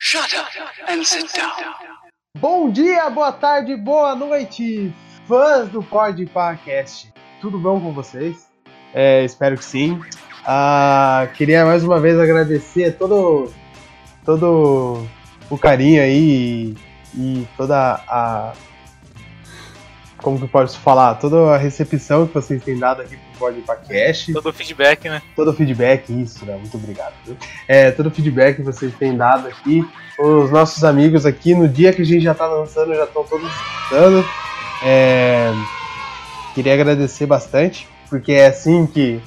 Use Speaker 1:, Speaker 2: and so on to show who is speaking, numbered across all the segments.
Speaker 1: Shut up and sit down.
Speaker 2: Bom dia, boa tarde, boa noite, fãs do Podcast. Tudo bom com vocês? É, espero que sim. Ah, queria mais uma vez agradecer todo, todo o carinho aí e, e toda a. Como que eu posso falar? Toda a recepção que vocês têm dado aqui pro Podcast.
Speaker 3: Todo o feedback, né?
Speaker 2: todo o feedback, isso, né? Muito obrigado. viu? É, todo o feedback que vocês têm dado aqui. Os nossos amigos aqui, no dia que a gente já tá lançando, já estão todos escutando. É, queria agradecer bastante, porque é assim que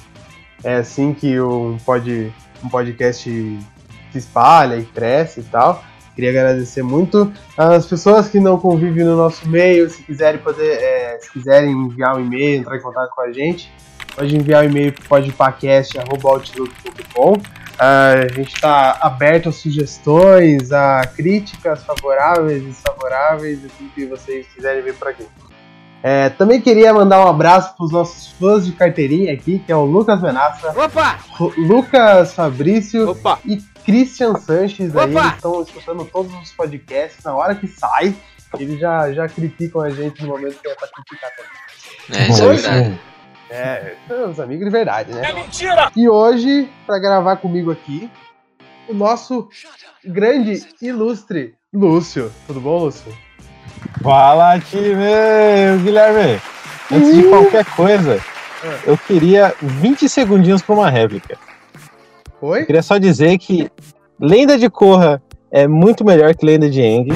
Speaker 2: é assim que um, pod, um podcast se espalha e cresce e tal. Queria agradecer muito as pessoas que não convivem no nosso meio, se quiserem poder, é, se quiserem enviar um e-mail, entrar em contato com a gente, pode enviar um e-mail para podpacast.outlook.com. Ah, a gente está aberto a sugestões, a críticas favoráveis, desfavoráveis, e tudo que vocês quiserem ver por aqui. É, também queria mandar um abraço para os nossos fãs de carteirinha aqui, que é o Lucas Menassa,
Speaker 4: Opa!
Speaker 2: Ru- Lucas Fabrício
Speaker 4: Opa!
Speaker 2: e Christian Sanches aí,
Speaker 4: Opa!
Speaker 2: eles estão escutando todos os podcasts na hora que sai. Eles já, já criticam a gente no momento que é pra criticar também.
Speaker 1: É, isso é verdade.
Speaker 2: É, são os amigos de verdade, né? É mentira! E hoje, pra gravar comigo aqui, o nosso grande, ilustre Lúcio. Tudo bom, Lúcio?
Speaker 5: Fala, time! Guilherme, antes de qualquer coisa, eu queria 20 segundinhos para uma réplica.
Speaker 2: Oi?
Speaker 5: Queria só dizer que Lenda de Korra é muito melhor que Lenda de Aang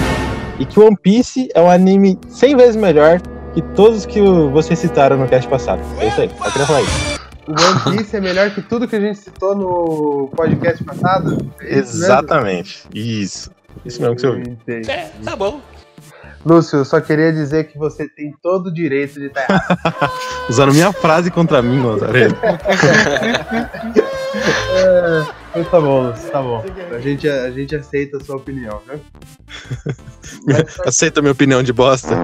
Speaker 5: e que One Piece é um anime 100 vezes melhor que todos que o- vocês citaram no cast passado. É isso aí, só queria falar isso.
Speaker 2: O One Piece é melhor que tudo que a gente citou no podcast passado? É isso mesmo?
Speaker 5: Isso.
Speaker 2: Entendi.
Speaker 3: É, tá bom.
Speaker 2: Lúcio, eu só queria dizer que você tem todo o direito de estar errado.
Speaker 5: Usaram minha frase contra mim, Gonzalo.
Speaker 2: Então tá bom, Lúcio, tá bom. A gente, a gente aceita a sua opinião, viu?
Speaker 5: Aceita minha opinião de bosta.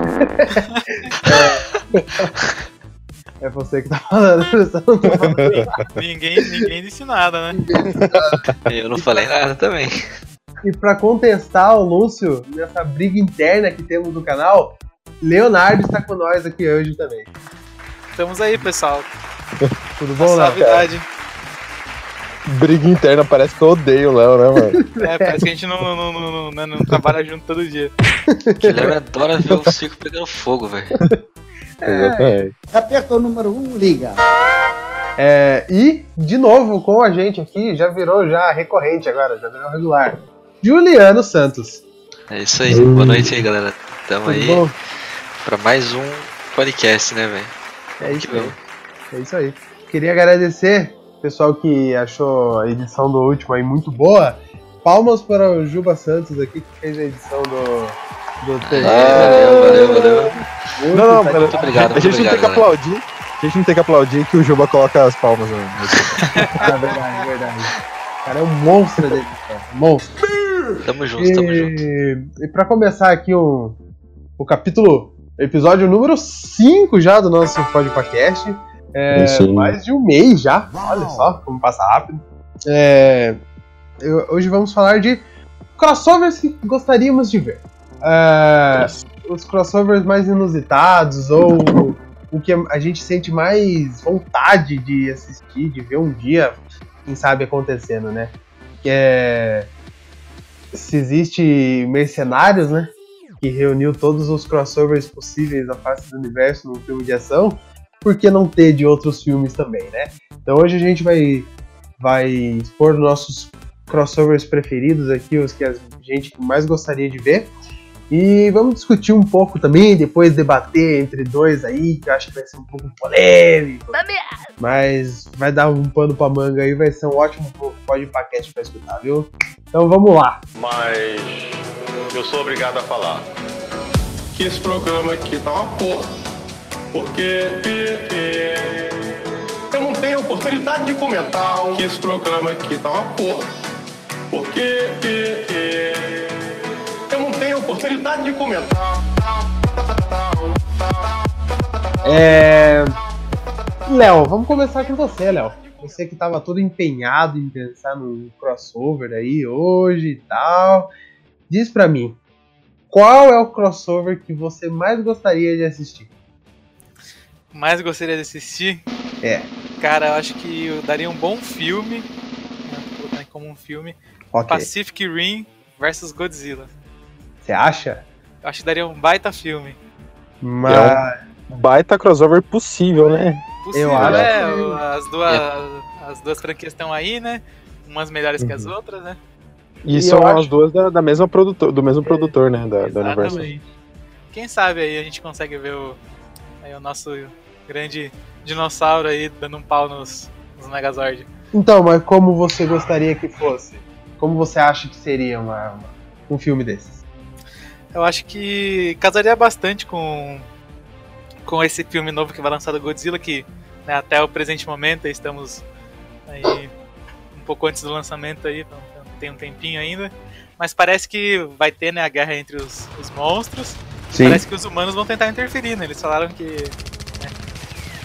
Speaker 2: É você que tá falando, eu só não tô falando
Speaker 3: Ninguém, ninguém disse nada, né?
Speaker 1: Eu não falei nada também.
Speaker 2: E pra contestar o Lúcio nessa briga interna que temos no canal, Leonardo está com nós aqui hoje também.
Speaker 3: Estamos aí, pessoal.
Speaker 2: Tudo bom, Léo?
Speaker 3: Suavidade.
Speaker 5: Briga interna, parece que eu odeio o Léo, né, mano?
Speaker 3: É, parece que a gente não, não, não, não, né, não trabalha junto todo dia.
Speaker 1: Guilherme adora ver o circo pegando fogo, velho.
Speaker 5: Exatamente.
Speaker 6: Aperta o número 1, um, liga.
Speaker 2: É, e, de novo, com a gente aqui, já virou já recorrente agora, já virou regular. Juliano Santos.
Speaker 1: É isso aí. Boa noite aí, galera. Tamo aí
Speaker 2: Tudo bom?
Speaker 1: pra mais um podcast, né, velho?
Speaker 2: É isso
Speaker 1: Que
Speaker 2: aí. É isso aí. Queria agradecer o pessoal que achou a edição do último aí muito boa. Palmas para o Juba Santos aqui, que fez a edição do, do TG.
Speaker 1: Ah, Valeu, valeu, valeu.
Speaker 2: Muito
Speaker 5: Não, não,
Speaker 2: satisfeito.
Speaker 5: pera-
Speaker 1: Muito obrigado,
Speaker 5: A
Speaker 1: muito
Speaker 5: gente não tem
Speaker 1: obrigado,
Speaker 5: que
Speaker 1: galera.
Speaker 5: aplaudir. A gente não tem que aplaudir que o Juba coloca as palmas. né?
Speaker 2: É verdade, é verdade. O cara é um monstro dele, cara. um Monstro.
Speaker 1: Tamo junto, tamo junto.
Speaker 2: E, e pra começar aqui o, o capítulo, episódio número 5 já do nosso podcast. É,
Speaker 5: Isso aí.
Speaker 2: mais de um mês já. Olha só como passa rápido. É, eu- hoje vamos falar de crossovers que gostaríamos de ver. É, os crossovers mais inusitados ou o que a gente sente mais vontade de assistir, de ver um dia, quem sabe, acontecendo, né? Que é. Se existe Mercenários, né? Que reuniu todos os crossovers possíveis na face do universo num filme de ação, por que não ter de outros filmes também, né? Então hoje a gente vai, vai expor nossos crossovers preferidos aqui, os que a gente mais gostaria de ver. E vamos discutir um pouco também, depois debater entre dois aí, que eu acho que vai ser um pouco polêmico. Mas vai dar um pano pra manga aí, vai ser um ótimo pode paquete pra escutar, viu? Então vamos lá.
Speaker 7: mas eu sou obrigado a falar que esse programa aqui tá uma porra. Porque porque eu não tenho oportunidade de comentar um. que esse programa aqui tá uma porra. Porque porque eu não tenho oportunidade de comentar.
Speaker 2: É... Léo, vamos começar com você, Léo. Você que tava todo empenhado em pensar no crossover aí hoje e tal. Diz pra mim, qual é o crossover que você mais gostaria de assistir?
Speaker 3: mais gostaria de assistir.
Speaker 2: É.
Speaker 3: Cara, eu acho que eu daria um bom filme. né, Vou botar como um filme.
Speaker 2: Ok.
Speaker 3: Pacific Rim versus Godzilla.
Speaker 2: Você acha?
Speaker 3: Eu acho que daria um baita filme.
Speaker 2: Mas.
Speaker 5: é um Baita crossover possível, né?
Speaker 3: Possível,
Speaker 2: acho
Speaker 3: né?
Speaker 2: que-
Speaker 3: As duas, as duas franquias estão aí, né? Umas melhores que as
Speaker 5: Uhum.
Speaker 3: outras, né?
Speaker 5: E,
Speaker 2: E
Speaker 5: são
Speaker 2: eu
Speaker 5: as
Speaker 2: acho-
Speaker 5: duas da, da mesma produtor, do mesmo produtor, né? Da, da Universal.
Speaker 3: Exatamente. Quem sabe aí a gente consegue ver o, aí o nosso grande dinossauro aí dando um pau nos, nos Megazord.
Speaker 2: Então, mas como você gostaria que fosse? Como você acha que seria uma- uma- um filme desses?
Speaker 3: Eu acho que casaria bastante com, com esse filme novo que vai lançar do Godzilla, que né, até o presente momento aí estamos aí um pouco antes do lançamento aí, então tem um tempinho ainda. Mas parece que vai ter né, a guerra entre os, os monstros. Parece que os humanos vão tentar interferir, né? Eles falaram que. né,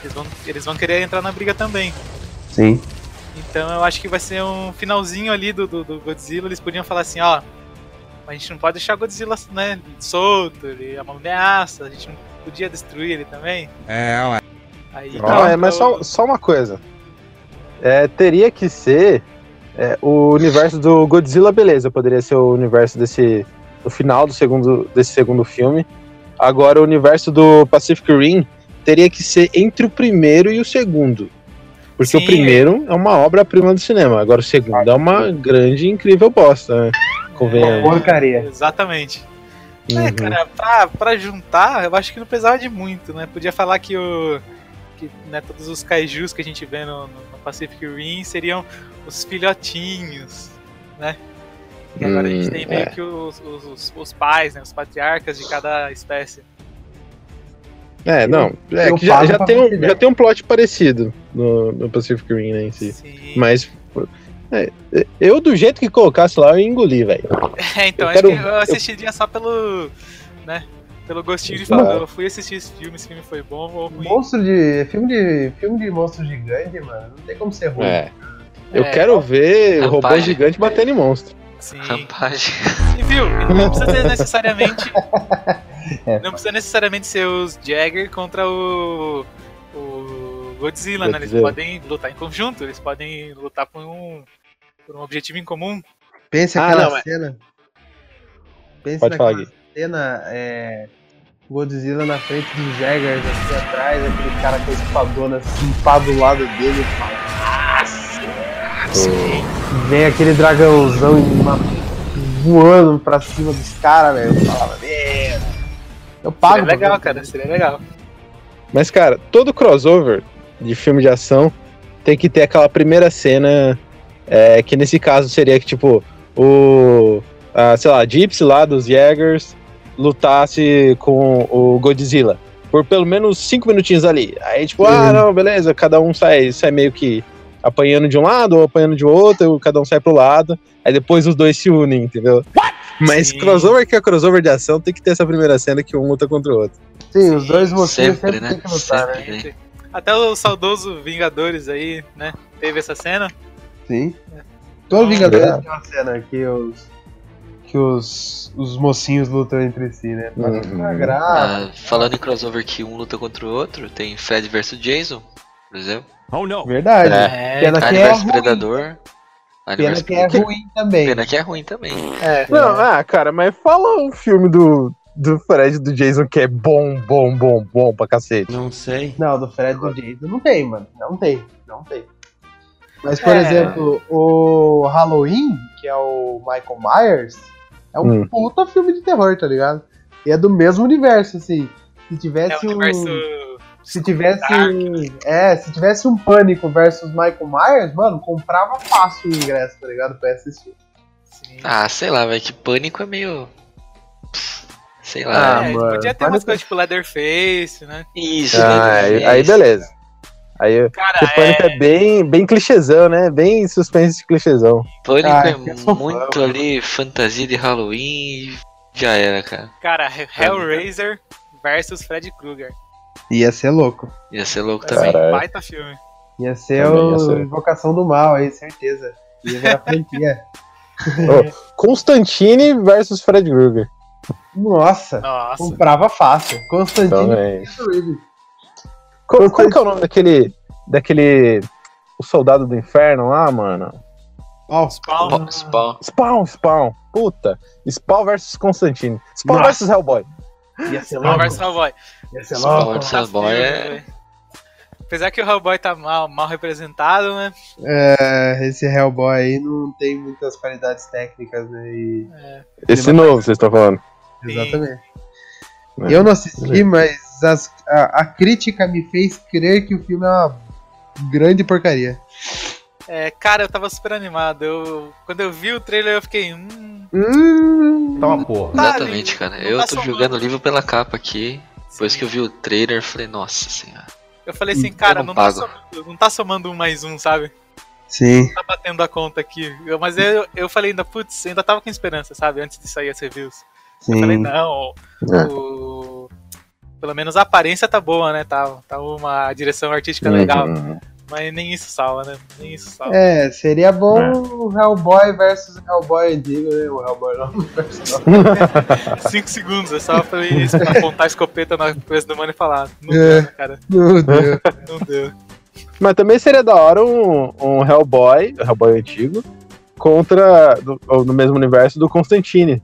Speaker 3: eles, vão, eles vão querer entrar na briga também.
Speaker 2: sim.
Speaker 3: Então eu acho que vai ser um finalzinho ali do, do, do Godzilla. Eles podiam falar assim, ó. A gente não pode deixar o Godzilla né, solto, ele é uma ameaça, a gente não podia destruir ele também.
Speaker 4: É, ué.
Speaker 3: Aí, então,
Speaker 5: Não, é, mas só, só uma coisa. É, teria que ser é, o universo do Godzilla, beleza. Poderia ser o universo desse. No final do segundo, desse segundo filme. Agora, o universo do Pacific Rim teria que ser entre o primeiro e o segundo. Porque
Speaker 3: Sim.
Speaker 5: o primeiro é uma obra-prima do cinema. Agora, o segundo é uma grande e incrível bosta, né?
Speaker 2: Uma
Speaker 5: Convenhamos.
Speaker 2: porcaria.
Speaker 3: Exatamente. É,
Speaker 5: Uhum.
Speaker 3: cara, pra, pra juntar, eu acho que não precisava de muito, né? Podia falar que o. Que, né, todos os kaijus que a gente vê no, no- no Pacific Rim seriam os filhotinhos, né? E agora a gente
Speaker 5: Hum,
Speaker 3: tem meio
Speaker 5: é.
Speaker 3: que os, os, os- os pais, né? Os patriarcas de cada espécie.
Speaker 5: É, não. É
Speaker 2: eu
Speaker 5: que já,
Speaker 2: pago
Speaker 5: já
Speaker 2: pra
Speaker 5: tem
Speaker 2: você né?
Speaker 5: um,
Speaker 2: ver.
Speaker 5: já tem um plot parecido no, no Pacific Rim, né, em si.
Speaker 3: Sim.
Speaker 5: Mas. pô, é, eu, do jeito que colocasse lá, eu ia engolir, velho.
Speaker 3: É, então,
Speaker 5: eu
Speaker 3: acho
Speaker 5: quero-
Speaker 3: que eu assistiria só pelo. né? Pelo gostinho de
Speaker 5: Claro.
Speaker 3: falar, eu fui assistir esse filme, esse filme foi bom ou ruim.
Speaker 2: Monstro de. Filme de. Filme de monstro gigante, mano. Não tem como ser ruim.
Speaker 5: É. Eu
Speaker 3: É,
Speaker 5: quero ver
Speaker 1: Rapaz.
Speaker 5: robô gigante batendo em monstro.
Speaker 3: Sim.
Speaker 1: Rapaz.
Speaker 3: E viu? e Não precisa ser necessariamente. não precisa necessariamente ser os Jagger contra o. o Godzilla, né? Eles
Speaker 5: Godzilla.
Speaker 3: podem lutar em conjunto, eles podem lutar por um. por um objetivo em comum.
Speaker 2: Pense
Speaker 5: Ah,
Speaker 2: naquela
Speaker 5: não, é.
Speaker 2: cena. Pense
Speaker 5: Pode falar,
Speaker 2: naquela cena. É... Godzilla na frente dos Jaggers, aqui atrás, aquele cara com a espadona assim, pá do lado dele. Vem aquele dragãozão e uma- voando pra cima dos caras, velho. Eu falava, "Meu". Eu pago.
Speaker 5: é
Speaker 3: Seria
Speaker 2: pra
Speaker 3: legal,
Speaker 2: ver.
Speaker 3: cara, seria legal.
Speaker 5: Mas, cara, todo crossover de filme de ação tem que ter aquela primeira cena. é, que nesse caso seria que, tipo, o. a, sei lá, a Gypsy lá dos Jaggers lutasse com o Godzilla. Por pelo menos cinco minutinhos ali. Aí, tipo, ah, não, beleza, cada um sai, sai meio que apanhando de um lado ou apanhando de outro, cada um sai pro lado. Aí depois os dois se unem, entendeu? Mas
Speaker 3: Sim.
Speaker 5: crossover que é crossover de ação tem que ter essa primeira cena que um luta contra o outro.
Speaker 2: Sim, os dois mocinhos sempre,
Speaker 1: Sempre, né?
Speaker 2: tem que lutar, né?
Speaker 1: Sempre.
Speaker 3: Até o saudoso Vingadores aí, né? Teve essa cena.
Speaker 2: Sim. Todo Vingadores
Speaker 5: Verdade.
Speaker 2: tem uma cena que os. Que os, os mocinhos lutam entre si, né? Pra
Speaker 5: Uhum.
Speaker 2: ficar graça.
Speaker 1: Ah, falando em crossover que um luta contra o outro, tem Fred versus Jason, por exemplo.
Speaker 4: Oh, não.
Speaker 2: Verdade.
Speaker 5: É.
Speaker 3: É,
Speaker 2: Pena que
Speaker 1: Alien
Speaker 2: é
Speaker 1: versus
Speaker 2: ruim.
Speaker 1: Predador. Alien
Speaker 2: Pena
Speaker 1: versus
Speaker 2: que é
Speaker 1: Predador.
Speaker 2: ruim também.
Speaker 1: Pena que é ruim também.
Speaker 5: Não,
Speaker 2: É.
Speaker 5: ah, cara, mas fala um filme do, do Fred e do Jason que é bom, bom, bom, bom pra cacete.
Speaker 4: Não sei.
Speaker 2: Não, do Fred e do Jason não tem, mano. Não tem, não tem. Mas, por
Speaker 3: É.
Speaker 2: exemplo, o Halloween, que é o Michael Myers, é um
Speaker 5: Hum.
Speaker 2: puta filme de terror, tá ligado? E é do mesmo universo, assim. Se
Speaker 3: é
Speaker 2: tivesse
Speaker 3: um universo.
Speaker 2: um. Se tivesse. É, se tivesse um Pânico versus Michael Myers, mano, comprava fácil o ingresso, tá ligado? Pra assistir.
Speaker 3: Sim.
Speaker 1: Ah, sei lá, velho, que pânico é meio. Pff, Sei lá.
Speaker 2: Ah,
Speaker 3: é,
Speaker 2: mano,
Speaker 3: podia ter
Speaker 2: para
Speaker 3: umas
Speaker 2: com-
Speaker 3: coisas tipo Leatherface, né?
Speaker 1: Isso,
Speaker 5: Ah,
Speaker 1: né,
Speaker 5: aí,
Speaker 1: isso.
Speaker 5: aí beleza. Aí o
Speaker 3: Cara,
Speaker 5: Pânico é, bem, bem clichêzão, né? Bem suspense de clichêzão.
Speaker 1: Pânico
Speaker 2: Ah,
Speaker 1: é
Speaker 2: eu sou fã,
Speaker 1: muito
Speaker 2: mano.
Speaker 1: ali fantasia de Halloween e já era, cara.
Speaker 3: Cara, é Hellraiser versus Fred Krueger.
Speaker 2: Ia ser louco.
Speaker 1: Ia ser louco
Speaker 3: Vai ser um
Speaker 1: também.
Speaker 5: Caralho.
Speaker 3: baita filme.
Speaker 2: Ia ser
Speaker 5: Também ia
Speaker 2: o
Speaker 5: ser.
Speaker 2: Invocação do Mal, aí, certeza. Ia virar franquia.
Speaker 5: Oh, Constantine versus Fred Krueger.
Speaker 2: Nossa,
Speaker 3: Nossa.
Speaker 2: comprava fácil. Constantino
Speaker 5: Também.
Speaker 2: Reeves.
Speaker 5: Então, é Qual, qual que é o nome daquele. daquele. O soldado do inferno lá, mano?
Speaker 2: Ó,
Speaker 3: Spawn.
Speaker 2: ah,
Speaker 1: Spawn, spawn.
Speaker 5: Spawn, Spawn. Puta. Spawn versus Constantine. Spawn
Speaker 2: Nossa.
Speaker 5: versus Hellboy.
Speaker 2: ia ser
Speaker 3: Spawn
Speaker 2: louco.
Speaker 3: versus Hellboy.
Speaker 2: Ia ser
Speaker 1: Spawn
Speaker 2: louco.
Speaker 1: de Hellboy é.
Speaker 3: Apesar que o Hellboy tá mal, mal representado, né?
Speaker 2: É, esse Hellboy aí não tem muitas qualidades técnicas, né? e-
Speaker 5: Esse novo, vocês estão falando.
Speaker 3: Sim.
Speaker 2: Exatamente.
Speaker 5: É.
Speaker 2: Eu não assisti, mas as- a, a crítica me fez crer que o filme é uma grande porcaria.
Speaker 3: É, cara, eu tava super animado. Eu, quando eu vi o trailer, eu fiquei. Hum,
Speaker 2: Hum,
Speaker 4: Tá uma porra.
Speaker 3: Tá,
Speaker 1: Exatamente,
Speaker 3: livro,
Speaker 1: cara.
Speaker 3: não
Speaker 1: Eu
Speaker 3: tá
Speaker 1: tô
Speaker 3: salvando.
Speaker 1: julgando o livro pela capa aqui. Depois
Speaker 3: sim.
Speaker 1: que eu vi o trailer, falei, nossa senhora.
Speaker 3: Eu falei assim, cara,
Speaker 1: eu
Speaker 3: não
Speaker 1: não
Speaker 3: tá,
Speaker 1: pago.
Speaker 3: somando, não tá somando um mais um, sabe?
Speaker 2: Sim.
Speaker 3: Não tá batendo a conta aqui. Eu- mas eu, eu falei ainda, putz, ainda tava com esperança, sabe? Antes de sair as reviews. Eu falei, não,
Speaker 5: É.
Speaker 3: o- pelo menos a aparência tá boa, né? Tá, tá uma direção artística legal.
Speaker 5: Uhum.
Speaker 3: Mas nem isso salva, né? Nem isso salva.
Speaker 2: É, seria bom o Hellboy versus Hellboy antigo, né? O Hellboy não.
Speaker 3: Cinco segundos, é só pra isso, pra apontar a escopeta na cabeça do mano e falar. Não
Speaker 2: É.
Speaker 3: deu, né, cara?
Speaker 2: Meu Deus.
Speaker 3: Não deu.
Speaker 5: Mas também seria da hora um, um Hellboy, um Hellboy antigo, contra. do- ou no mesmo universo do Constantine.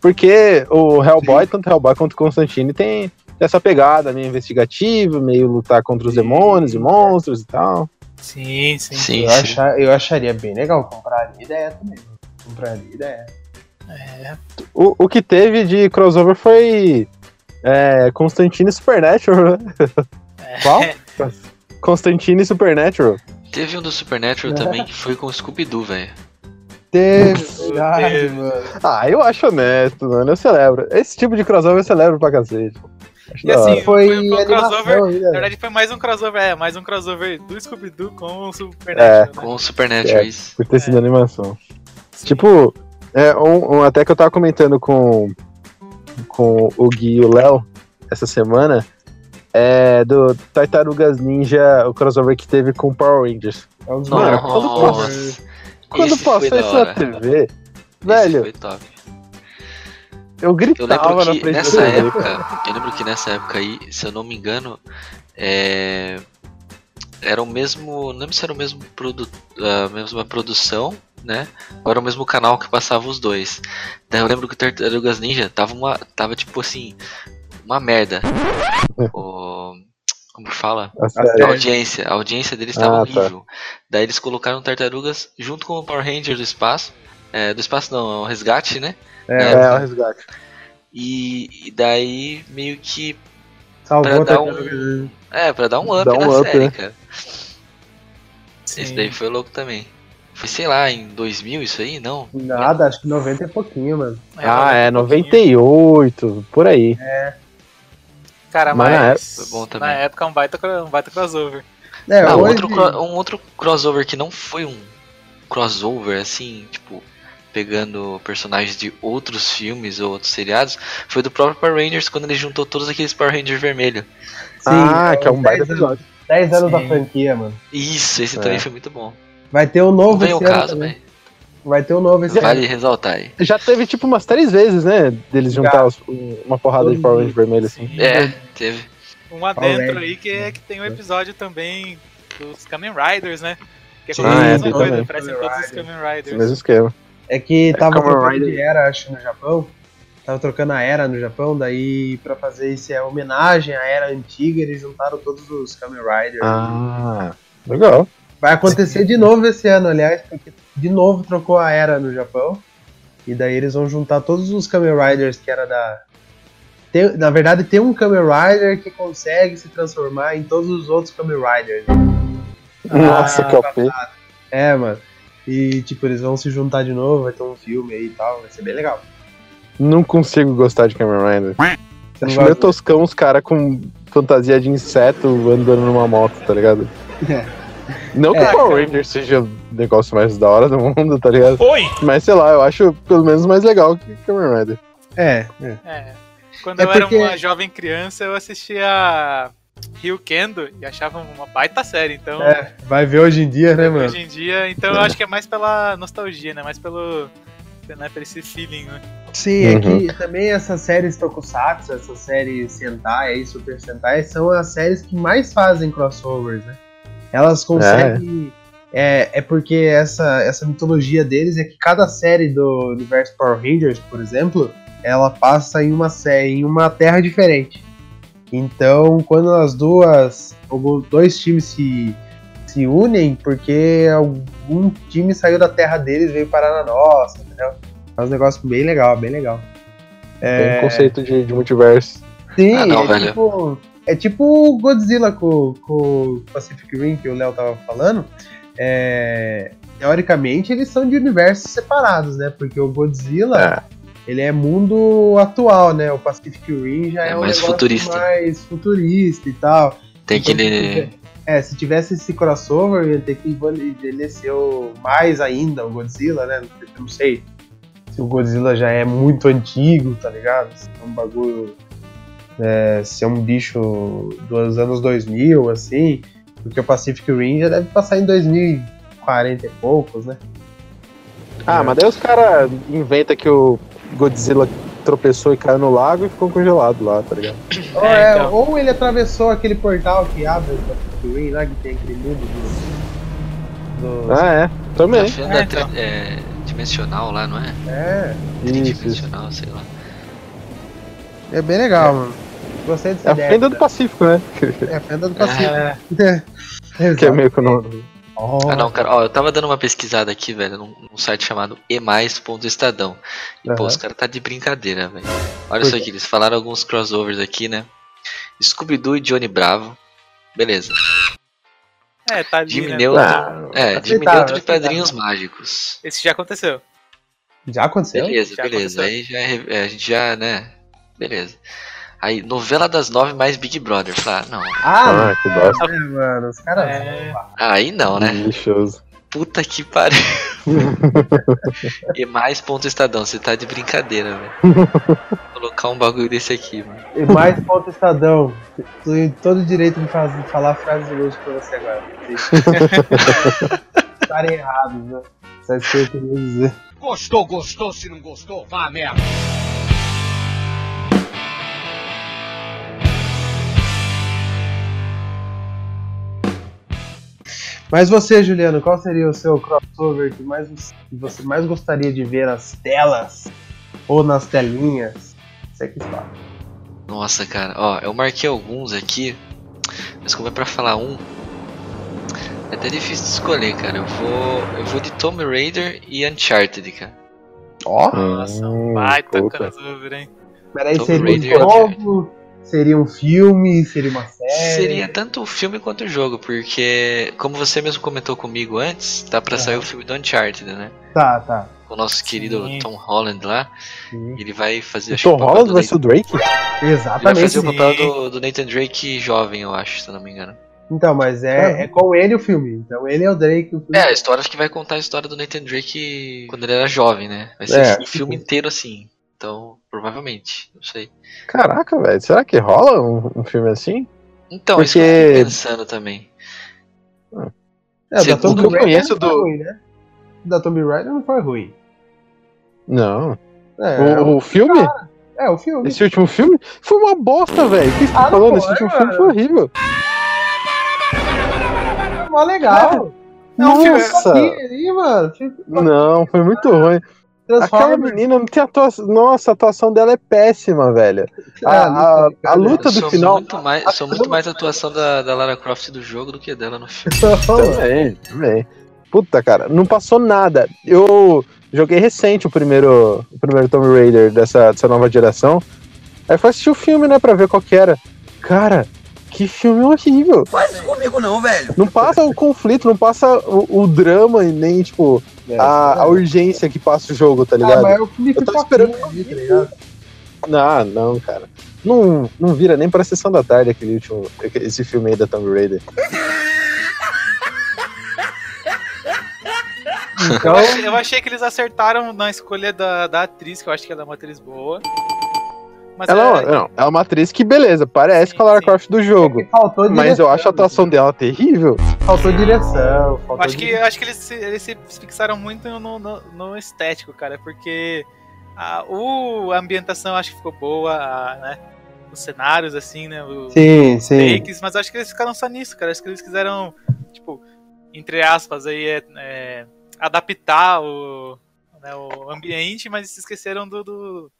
Speaker 5: Porque o Hellboy, tanto Hellboy quanto Constantine, tem essa pegada meio investigativa, meio lutar contra os demônios e monstros e tal.
Speaker 3: Sim, sim.
Speaker 1: Sim,
Speaker 2: Eu,
Speaker 1: sim.
Speaker 2: achar- eu acharia bem legal, compraria ideia também. Compraria ideia.
Speaker 5: O, o que teve de crossover foi. É, Constantine e Supernatural, né?
Speaker 3: É.
Speaker 5: Qual? Constantine e Supernatural.
Speaker 1: Teve um do Supernatural também que foi com o Scooby-Doo, velho.
Speaker 2: Teve,
Speaker 3: Teve.
Speaker 2: verdade, mano.
Speaker 5: Ah, eu acho honesto, mano. Eu celebro. Esse tipo de crossover eu celebro pra cacete. Acho
Speaker 3: E
Speaker 5: da hora.
Speaker 3: assim,
Speaker 2: Foi,
Speaker 3: foi um crossover.
Speaker 2: animação
Speaker 3: Na
Speaker 5: É.
Speaker 2: ainda.
Speaker 3: verdade, foi mais um crossover, é, mais um crossover do Scooby-Doo com o
Speaker 5: É.
Speaker 3: Supernatural, né?
Speaker 1: Com o Supernatural, isso.
Speaker 5: por ter sido
Speaker 3: É.
Speaker 5: animação.
Speaker 3: Sim.
Speaker 5: Tipo, é, um, um- até que eu tava comentando com, com o Gui e o Léo essa semana, é do Tartarugas Ninja, o crossover que teve com Power Rangers.
Speaker 2: É um dos
Speaker 5: Mano,
Speaker 2: maiores.
Speaker 5: quando
Speaker 1: Nossa.
Speaker 5: Quando
Speaker 1: Esse foi
Speaker 5: passou
Speaker 1: da
Speaker 5: isso na
Speaker 1: hora.
Speaker 5: TV,
Speaker 1: Esse
Speaker 5: velho,
Speaker 1: foi top.
Speaker 5: eu
Speaker 1: Eu
Speaker 5: gritava
Speaker 1: lembro
Speaker 5: na
Speaker 1: que
Speaker 5: frente
Speaker 1: nessa
Speaker 5: da TV.
Speaker 1: época, eu lembro que nessa época aí, se eu não me engano, é, era o mesmo, não lembro se era o mesmo produto, a mesma produção, né? Ou era o mesmo canal que passava os dois. Daí eu lembro que o Tartarugas Ninja tava uma, tava tipo assim, uma merda. O, como que fala?
Speaker 5: A
Speaker 1: A
Speaker 5: série.
Speaker 1: audiência, a audiência deles
Speaker 5: É. Ah,
Speaker 1: estava
Speaker 5: tá.
Speaker 1: horrível. Daí eles colocaram Tartarugas junto com o Power Ranger do espaço. É, do espaço não, é o resgate, né?
Speaker 5: É, é o resgate.
Speaker 1: E, e daí meio que
Speaker 2: Tá Salvou
Speaker 1: pra
Speaker 2: o
Speaker 1: dar um-
Speaker 2: Tartaruga.
Speaker 1: é, pra dar um up
Speaker 5: Dá um
Speaker 1: na
Speaker 5: up,
Speaker 1: série,
Speaker 5: né?
Speaker 1: cara.
Speaker 3: Sim.
Speaker 1: Esse daí foi louco também. Foi, sei lá, em 2000 isso aí? Não.
Speaker 2: Nada, acho que 90 é pouquinho, mano.
Speaker 5: Ah, é,
Speaker 3: um pouquinho.
Speaker 5: 98, por aí.
Speaker 1: É,
Speaker 3: Cara,
Speaker 5: Mas na
Speaker 3: mas
Speaker 1: época- bom
Speaker 3: na
Speaker 1: também.
Speaker 3: época é um baita, cro- um baita crossover.
Speaker 2: É,
Speaker 1: Ah,
Speaker 2: hoje,
Speaker 1: outro cro- um outro crossover que não foi um crossover, assim, tipo, pegando personagens de outros filmes ou outros seriados, foi do próprio Power Rangers quando ele juntou todos aqueles Power Rangers vermelho.
Speaker 2: sim,
Speaker 5: ah,
Speaker 1: então,
Speaker 5: que é um
Speaker 2: uns
Speaker 5: baita
Speaker 2: 10 anos-
Speaker 5: episódio.
Speaker 2: 10 anos da
Speaker 3: Sim.
Speaker 2: franquia, mano.
Speaker 1: Isso, esse
Speaker 5: É.
Speaker 1: também foi muito bom.
Speaker 2: Vai ter um
Speaker 1: Não
Speaker 2: novo
Speaker 1: vem o
Speaker 2: esse ano
Speaker 1: caso,
Speaker 2: também.
Speaker 1: velho.
Speaker 2: Vai ter um novo esse ano.
Speaker 1: Vale ressaltar aí.
Speaker 5: Já teve tipo umas três vezes, né? Deles
Speaker 2: Já.
Speaker 5: juntar os- uma porrada de Power Rangers vermelho assim.
Speaker 1: É,
Speaker 2: né?
Speaker 1: teve.
Speaker 3: Um adentro aí que, é que tem um episódio também dos Kamen Riders, né? Que é
Speaker 2: Sim,
Speaker 3: quase a
Speaker 5: é,
Speaker 3: mesma
Speaker 5: tem
Speaker 3: coisa,
Speaker 5: também.
Speaker 3: aparecem
Speaker 2: Kamen
Speaker 3: todos os Kamen
Speaker 5: Esse
Speaker 3: Riders.
Speaker 5: mesmo esquema.
Speaker 2: É que tava
Speaker 5: Kamen
Speaker 2: trocando
Speaker 5: Rider.
Speaker 2: de era, acho, no Japão. Tava trocando a era no Japão, daí pra fazer isso é homenagem à era antiga, eles juntaram todos os Kamen Riders.
Speaker 5: Ah, legal.
Speaker 2: Vai acontecer de novo esse ano, aliás, porque de novo trocou a era no Japão. E daí eles vão juntar todos os Kamen Riders que era da. Tem- na verdade, tem um Kamen Rider que consegue se transformar em todos os outros Kamen Riders.
Speaker 5: Nossa, que OP.
Speaker 2: É, mano. E, tipo, eles vão se juntar de novo, vai ter um filme aí e tal, vai ser bem legal.
Speaker 5: Não consigo gostar de Kamen Rider.
Speaker 2: Não
Speaker 5: Acho
Speaker 2: vai-
Speaker 5: meio toscão os caras com fantasia de inseto andando numa moto, tá ligado? Não que
Speaker 2: É,
Speaker 5: o Power Ranger seja o negócio mais da hora do mundo, tá ligado? Oi! Mas sei lá, eu acho pelo menos mais legal que Kamen Rider.
Speaker 2: É, é.
Speaker 3: É. Quando
Speaker 2: É
Speaker 3: eu era
Speaker 2: porque-
Speaker 3: uma jovem criança, eu assistia Rio Kendo e achavam uma baita série, então.
Speaker 2: É, vai ver hoje em dia, né, mano?
Speaker 3: Hoje em dia, então eu acho que é mais pela nostalgia, né? Mais pelo. Né, por esse feeling, né?
Speaker 2: Sim, é
Speaker 5: Uhum.
Speaker 2: que também essas séries Tokusatsu, essas séries Sentai, aí, Super Sentai, são as séries que mais fazem crossovers, né? Elas conseguem. É, é porque essa, essa mitologia deles é que cada série do universo Power Rangers, por exemplo, ela passa em uma série, em uma terra diferente. Então, quando as duas, algum- dois times se, se unem, porque algum time saiu da terra deles e veio parar na nossa, entendeu? É um negócio bem legal, bem legal.
Speaker 5: Tem um conceito de, de multiverso.
Speaker 2: Sim,
Speaker 1: Ah, não,
Speaker 2: é,
Speaker 1: velho.
Speaker 2: Tipo, é tipo o Godzilla com, com o Pacific Rim que o Léo tava falando. É, teoricamente, eles são de universos separados, né? Porque o Godzilla,
Speaker 5: Ah,
Speaker 2: ele é mundo atual, né? O Pacific Rim já é,
Speaker 1: É
Speaker 2: um
Speaker 1: mais
Speaker 2: negócio
Speaker 1: futurista.
Speaker 2: mais futurista e tal.
Speaker 1: Tem que
Speaker 2: Então,
Speaker 1: ele.
Speaker 2: É, se tivesse esse crossover, ia ter que envelhecer o- mais ainda o Godzilla, né? Eu não sei se o Godzilla já é muito antigo, tá ligado? Se é um bagulho. é, se é um bicho dos anos 2000, assim. Porque o Pacific Rim já deve passar em 2040 e poucos, né?
Speaker 5: Ah, mas daí os caras inventam que o Godzilla tropeçou e caiu no lago e ficou congelado lá, tá ligado?
Speaker 2: ou, é-
Speaker 3: então.
Speaker 2: ou ele atravessou aquele portal que abre o Pacific Rim lá, que tem aquele mundo do. do-
Speaker 5: Ah, é.
Speaker 1: Tá
Speaker 5: Também.
Speaker 1: vendo
Speaker 3: É,
Speaker 1: a tri- é, dimensional lá, não é?
Speaker 2: É,
Speaker 5: Isso, isso.
Speaker 1: Tridimensional, sei lá.
Speaker 2: é bem legal, mano. Gostei dessa
Speaker 5: É a
Speaker 2: ideia.
Speaker 5: fenda do Pacífico, né?
Speaker 2: É a fenda do Pacific.
Speaker 3: É,
Speaker 5: Que é meio que o nome.
Speaker 1: Ah não, cara, ó, eu tava dando uma pesquisada aqui, velho, num, num site chamado emais.estadão. E, pô,
Speaker 2: Aham.
Speaker 1: os caras tá de brincadeira, velho.
Speaker 2: Por
Speaker 1: Olha isso
Speaker 2: quê?
Speaker 1: aqui, eles falaram alguns crossovers aqui, né? Scooby-Doo e Johnny Bravo. Beleza.
Speaker 3: é, tá ali,
Speaker 1: Jimmy
Speaker 3: né?
Speaker 1: Neutron.
Speaker 5: Ah,
Speaker 1: É,
Speaker 2: aceitável,
Speaker 1: Jimmy Neutron e
Speaker 2: aceitável.
Speaker 1: Pedrinhos Mágicos.
Speaker 3: Esse já aconteceu.
Speaker 2: Já aconteceu?
Speaker 1: Beleza,
Speaker 3: Já
Speaker 1: beleza.
Speaker 3: aconteceu.
Speaker 1: Aí já é- é, a gente já, né? Beleza. Aí, novela das nove mais Big Brother. Falar, não.
Speaker 2: Ah,
Speaker 5: ah, que bosta.
Speaker 2: não, mano, os caras.
Speaker 3: É.
Speaker 1: Aí não, né?
Speaker 5: Lixoso.
Speaker 1: Puta que pariu. e mais ponto Estadão, você tá de brincadeira, velho. Colocar um bagulho desse aqui, mano.
Speaker 2: E mais ponto Estadão. Tô em todo direito de faz- de falar frases de hoje pra você agora. Estarem errados, né? Essas coisas que eu queria dizer.
Speaker 4: Gostou, gostou, se não gostou, vá merda.
Speaker 2: Mas você, Juliano, qual seria o seu crossover que, mais, que você mais gostaria de ver nas telas? Ou nas telinhas? Você que fala.
Speaker 1: Nossa, cara. Ó, eu marquei alguns aqui. Mas como é pra falar um. É até difícil de escolher, cara. Eu vou. Eu vou de Tomb Raider e Uncharted, cara.
Speaker 2: Ó,
Speaker 3: Nossa, um
Speaker 5: Hum,
Speaker 3: baita
Speaker 5: puta.
Speaker 3: crossover, hein?
Speaker 2: peraí,
Speaker 5: Então,
Speaker 1: Tomb
Speaker 2: seria
Speaker 1: Raider,
Speaker 2: um jogo? Seria um filme? Seria uma
Speaker 5: É.
Speaker 2: série?
Speaker 1: Seria tanto o filme quanto o jogo, porque como você mesmo comentou comigo antes, tá pra
Speaker 5: É.
Speaker 1: sair o filme do Uncharted, né?
Speaker 2: Tá, tá.
Speaker 1: Com o nosso querido
Speaker 3: Sim.
Speaker 1: Tom Holland lá.
Speaker 2: Sim.
Speaker 1: Ele vai fazer
Speaker 5: O
Speaker 1: acho que,
Speaker 5: Tom
Speaker 1: o papel
Speaker 5: Holland
Speaker 1: do
Speaker 5: vai
Speaker 1: Nathan-
Speaker 5: ser o Drake?
Speaker 1: Ele vai
Speaker 2: Exatamente.
Speaker 1: fazer é o papel
Speaker 3: Sim.
Speaker 1: do, do Nathan Drake jovem, eu acho, se eu não me engano.
Speaker 5: um-
Speaker 2: Então, mas é,
Speaker 5: Caramba.
Speaker 2: é com ele o filme. Então ele é o Drake. O filme.
Speaker 1: É, a história acho que vai contar a história do Nathan Drake quando ele era jovem, né? Vai ser
Speaker 5: É.
Speaker 1: o filme inteiro assim. Então, provavelmente, não sei.
Speaker 5: Caraca, velho. Será que rola um, um filme assim?
Speaker 1: Então, isso que eu
Speaker 5: Porque-
Speaker 1: tô pensando também.
Speaker 2: É, da
Speaker 5: tipo,
Speaker 1: Segundo
Speaker 2: Tomb
Speaker 1: que eu
Speaker 2: Raider
Speaker 5: conheço
Speaker 2: não foi
Speaker 5: do-
Speaker 2: ruim, né? Da Tomb Raider não foi ruim.
Speaker 5: Não.
Speaker 2: É,
Speaker 5: O, o filme?
Speaker 2: é, o filme.
Speaker 5: Esse último filme? Foi uma bosta, velho. O que você tá
Speaker 2: Ah,
Speaker 5: falando?
Speaker 2: não
Speaker 5: Esse
Speaker 2: foi,
Speaker 5: último
Speaker 2: mano.
Speaker 5: filme foi horrível.
Speaker 2: É mó legal. um Tá
Speaker 5: Nossa!
Speaker 2: Aqui, ali, mano. Tipo,
Speaker 5: Não, foi muito ruim. Aquela
Speaker 2: Transforma.
Speaker 5: menina não tem atuação. Nossa, a atuação dela é péssima, velho. A, a,
Speaker 2: né,
Speaker 5: a luta
Speaker 1: Eu
Speaker 5: do
Speaker 1: sou
Speaker 5: final.
Speaker 1: muito mais, eu sou muito mais a atuação da, da Lara Croft do jogo do que dela no filme.
Speaker 5: Também, também. Puta, cara, não passou nada. Eu joguei recente o primeiro, o primeiro Tomb Raider dessa, dessa nova geração. Aí eu fui assistir o filme, né, pra ver qual que era. Cara, que filme horrível.
Speaker 4: Faz isso comigo não, velho.
Speaker 5: Não passa o conflito, não passa o, o drama e nem, tipo, a, a urgência que passa o jogo, tá
Speaker 2: Ah,
Speaker 5: ligado?
Speaker 2: mas é o filme
Speaker 5: Eu tô
Speaker 2: pipoquinha
Speaker 5: esperando
Speaker 2: ali, tá ligado?
Speaker 5: Não, não, cara. Não, não vira nem pra sessão da tarde aquele último, esse filme aí da Tomb Raider.
Speaker 2: Então-
Speaker 3: Eu achei, eu achei que eles acertaram na escolha da, da atriz, que eu acho que ela é uma atriz boa. Mas
Speaker 8: Ela,
Speaker 3: é,
Speaker 8: não, ela é uma atriz que, beleza, parece
Speaker 3: Sim,
Speaker 8: com a Lara
Speaker 3: sim.
Speaker 8: Croft do jogo.
Speaker 2: Faltou
Speaker 8: Mas
Speaker 2: direção.
Speaker 8: eu acho a atuação dela terrível.
Speaker 2: Faltou direção. Faltou
Speaker 3: é. acho que, acho que eles, se, eles se fixaram muito no, no- no estético, cara, porque a, o, a ambientação acho que ficou boa, a, né? Os cenários, assim, né? o-
Speaker 2: Sim, sim.
Speaker 3: takes, mas acho que eles ficaram só nisso, cara. Acho que eles quiseram, tipo, entre aspas, aí é, é, adaptar o, né, o ambiente, mas se esqueceram do, do,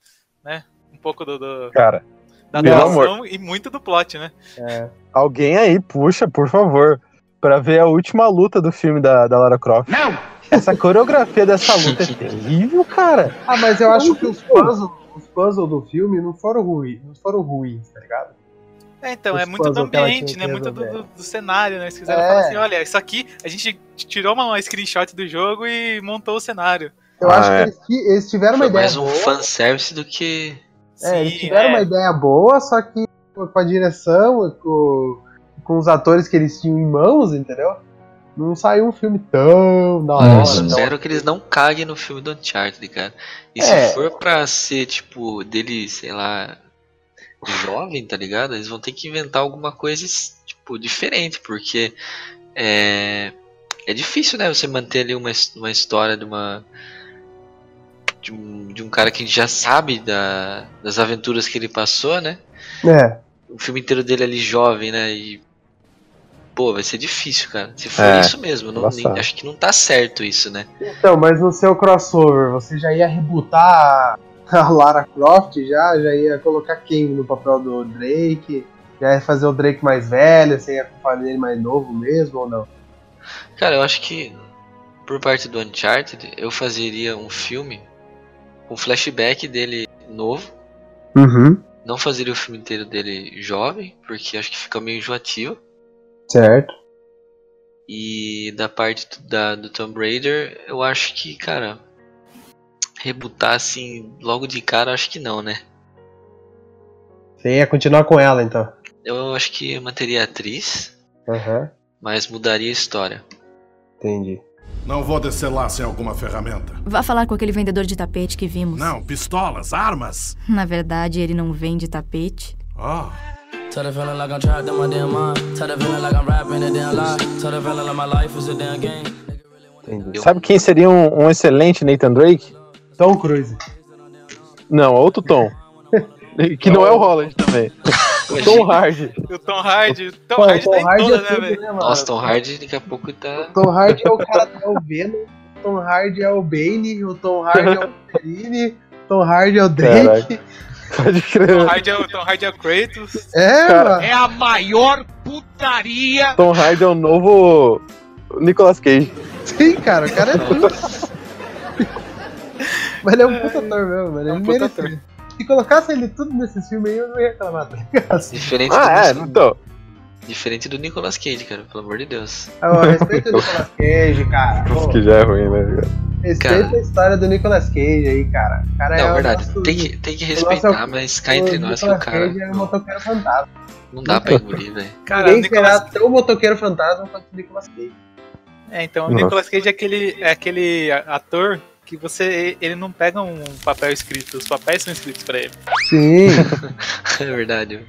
Speaker 3: né, um pouco do, do-
Speaker 5: Cara,
Speaker 3: da
Speaker 8: Pelo
Speaker 3: atuação e muito do plot, né?
Speaker 2: É.
Speaker 5: alguém aí puxa, por favor, pra ver a última luta do filme da, da Lara Croft.
Speaker 4: Não!
Speaker 5: Essa coreografia dessa luta é terrível, cara.
Speaker 2: Ah, mas eu acho que os puzzles, os puzzles do filme não foram ruins, não foram ruins, tá ligado?
Speaker 3: É, então, é
Speaker 2: Os
Speaker 3: muito do
Speaker 2: puzzles que ela
Speaker 3: ambiente,
Speaker 2: tinha
Speaker 3: né?
Speaker 2: que
Speaker 3: Muito do,
Speaker 2: resolver.
Speaker 3: do- do cenário, né? Eles quiseram
Speaker 2: É.
Speaker 3: falar assim, olha, isso aqui, a gente tirou uma, uma screenshot do jogo e montou o cenário.
Speaker 2: Eu
Speaker 8: Ah,
Speaker 2: acho
Speaker 8: é.
Speaker 2: que eles, ti- eles tiveram uma
Speaker 1: Foi
Speaker 2: ideia
Speaker 1: mais um né?
Speaker 2: boa.
Speaker 1: fanservice do que.
Speaker 2: É, eles
Speaker 3: Sim,
Speaker 2: tiveram
Speaker 3: é.
Speaker 2: uma ideia boa, só que com a direção, com, com os atores que eles tinham em mãos, entendeu? Não saiu um filme tão da hora. Então,
Speaker 1: Eu
Speaker 2: tão-
Speaker 1: espero que eles não caguem no filme do Uncharted, cara. E
Speaker 2: É.
Speaker 1: se for pra ser, tipo, dele, sei lá, jovem, tá ligado? Eles vão ter que inventar alguma coisa, tipo, diferente, porque é, é difícil, né, você manter ali uma, his- uma história de uma. De um, de um cara que já sabe da- das aventuras que ele passou, né?
Speaker 2: É,
Speaker 1: O filme inteiro dele ali jovem, né? E. Pô, vai ser difícil, cara. Se for
Speaker 8: É,
Speaker 1: isso mesmo, não- nem-
Speaker 8: bastante.
Speaker 1: acho que não tá certo isso, né?
Speaker 2: então, mas no seu crossover, você já ia rebutar a Lara Croft já? Já ia colocar quem no papel do Drake? Já ia fazer o Drake mais velho, você ia fazer ele mais novo mesmo ou não?
Speaker 1: Cara, eu acho que por parte do Uncharted eu fazeria um filme com flashback dele novo.
Speaker 2: Uhum,
Speaker 1: Não fazeria o filme inteiro dele jovem, porque acho que fica meio enjoativo.
Speaker 2: certo.
Speaker 1: E da parte do- da, do Tomb Raider, eu acho que, cara, rebutar assim logo de cara, eu acho que não, né?
Speaker 2: Você ia continuar com ela então.
Speaker 1: Eu acho que manteria a atriz,
Speaker 2: Aham,
Speaker 1: mas mudaria a história.
Speaker 2: entendi.
Speaker 9: Não vou descer lá sem alguma ferramenta.
Speaker 10: Vá falar com aquele vendedor de tapete que vimos.
Speaker 9: Não, pistolas, armas.
Speaker 10: Na verdade, ele não vende tapete.
Speaker 9: Oh.
Speaker 2: Entendi.
Speaker 5: Sabe quem seria um, um excelente Nathan Drake?
Speaker 2: Tom Cruise.
Speaker 5: Não, outro Tom. que não é o Holland também. Tom Hardy.
Speaker 3: E o Tom Hardy, Tom
Speaker 2: Pô,
Speaker 3: Hardy tá em
Speaker 2: Hardy
Speaker 3: toda,
Speaker 2: é
Speaker 3: né,
Speaker 2: tudo,
Speaker 3: velho?
Speaker 2: né, mano?
Speaker 1: Nossa, Tom Hardy daqui a pouco tá.
Speaker 2: Tom Hardy é o cara que é o Venom, Tom Hardy é o Bane, o Tom Hardy é o Wolverine, Tom Hardy é o Drake.
Speaker 5: Pode
Speaker 3: Tom
Speaker 5: crer.
Speaker 3: Hardy é o Tom Hardy é o Kratos.
Speaker 2: É,
Speaker 5: Cara,
Speaker 2: mano.
Speaker 4: É a maior putaria!
Speaker 5: Tom Hardy é o novo Nicolas Cage.
Speaker 2: Sim, cara, o cara é tudo. Mas ele é um puta ator mesmo, mano. Ele
Speaker 3: É um puta
Speaker 2: merecia. Se colocasse ele tudo nesse filme aí, eu não ia reclamar. tá ligado?
Speaker 1: Diferente,
Speaker 5: Ah, é,
Speaker 1: do, Nic-
Speaker 5: então.
Speaker 1: diferente do Nicolas Cage, cara, pelo amor de Deus.
Speaker 2: Eu respeito o Nicolas Cage, cara. Pô,
Speaker 5: Isso que já é ruim, né?
Speaker 2: respeita
Speaker 1: Cara.
Speaker 2: a história do Nicolas Cage aí, cara. O cara é
Speaker 1: Não,
Speaker 2: o
Speaker 1: verdade,
Speaker 2: nosso-
Speaker 1: tem que, tem que
Speaker 2: nosso-
Speaker 1: respeitar, mas cá entre
Speaker 2: o
Speaker 1: nós que o
Speaker 2: Nicolas
Speaker 1: cara.
Speaker 2: Cage é um
Speaker 1: não,
Speaker 2: motoqueiro fantasma.
Speaker 1: não dá pra engolir, né? velho.
Speaker 3: Cara, o
Speaker 2: Ninguém
Speaker 3: Nicolas
Speaker 2: será tão motoqueiro fantasma quanto o Nicolas Cage.
Speaker 3: É, então, o
Speaker 5: Nossa.
Speaker 3: Nicolas Cage é aquele, é aquele a- ator que você. Ele não pega um papel escrito, os papéis são escritos pra ele.
Speaker 2: Sim.
Speaker 1: É verdade.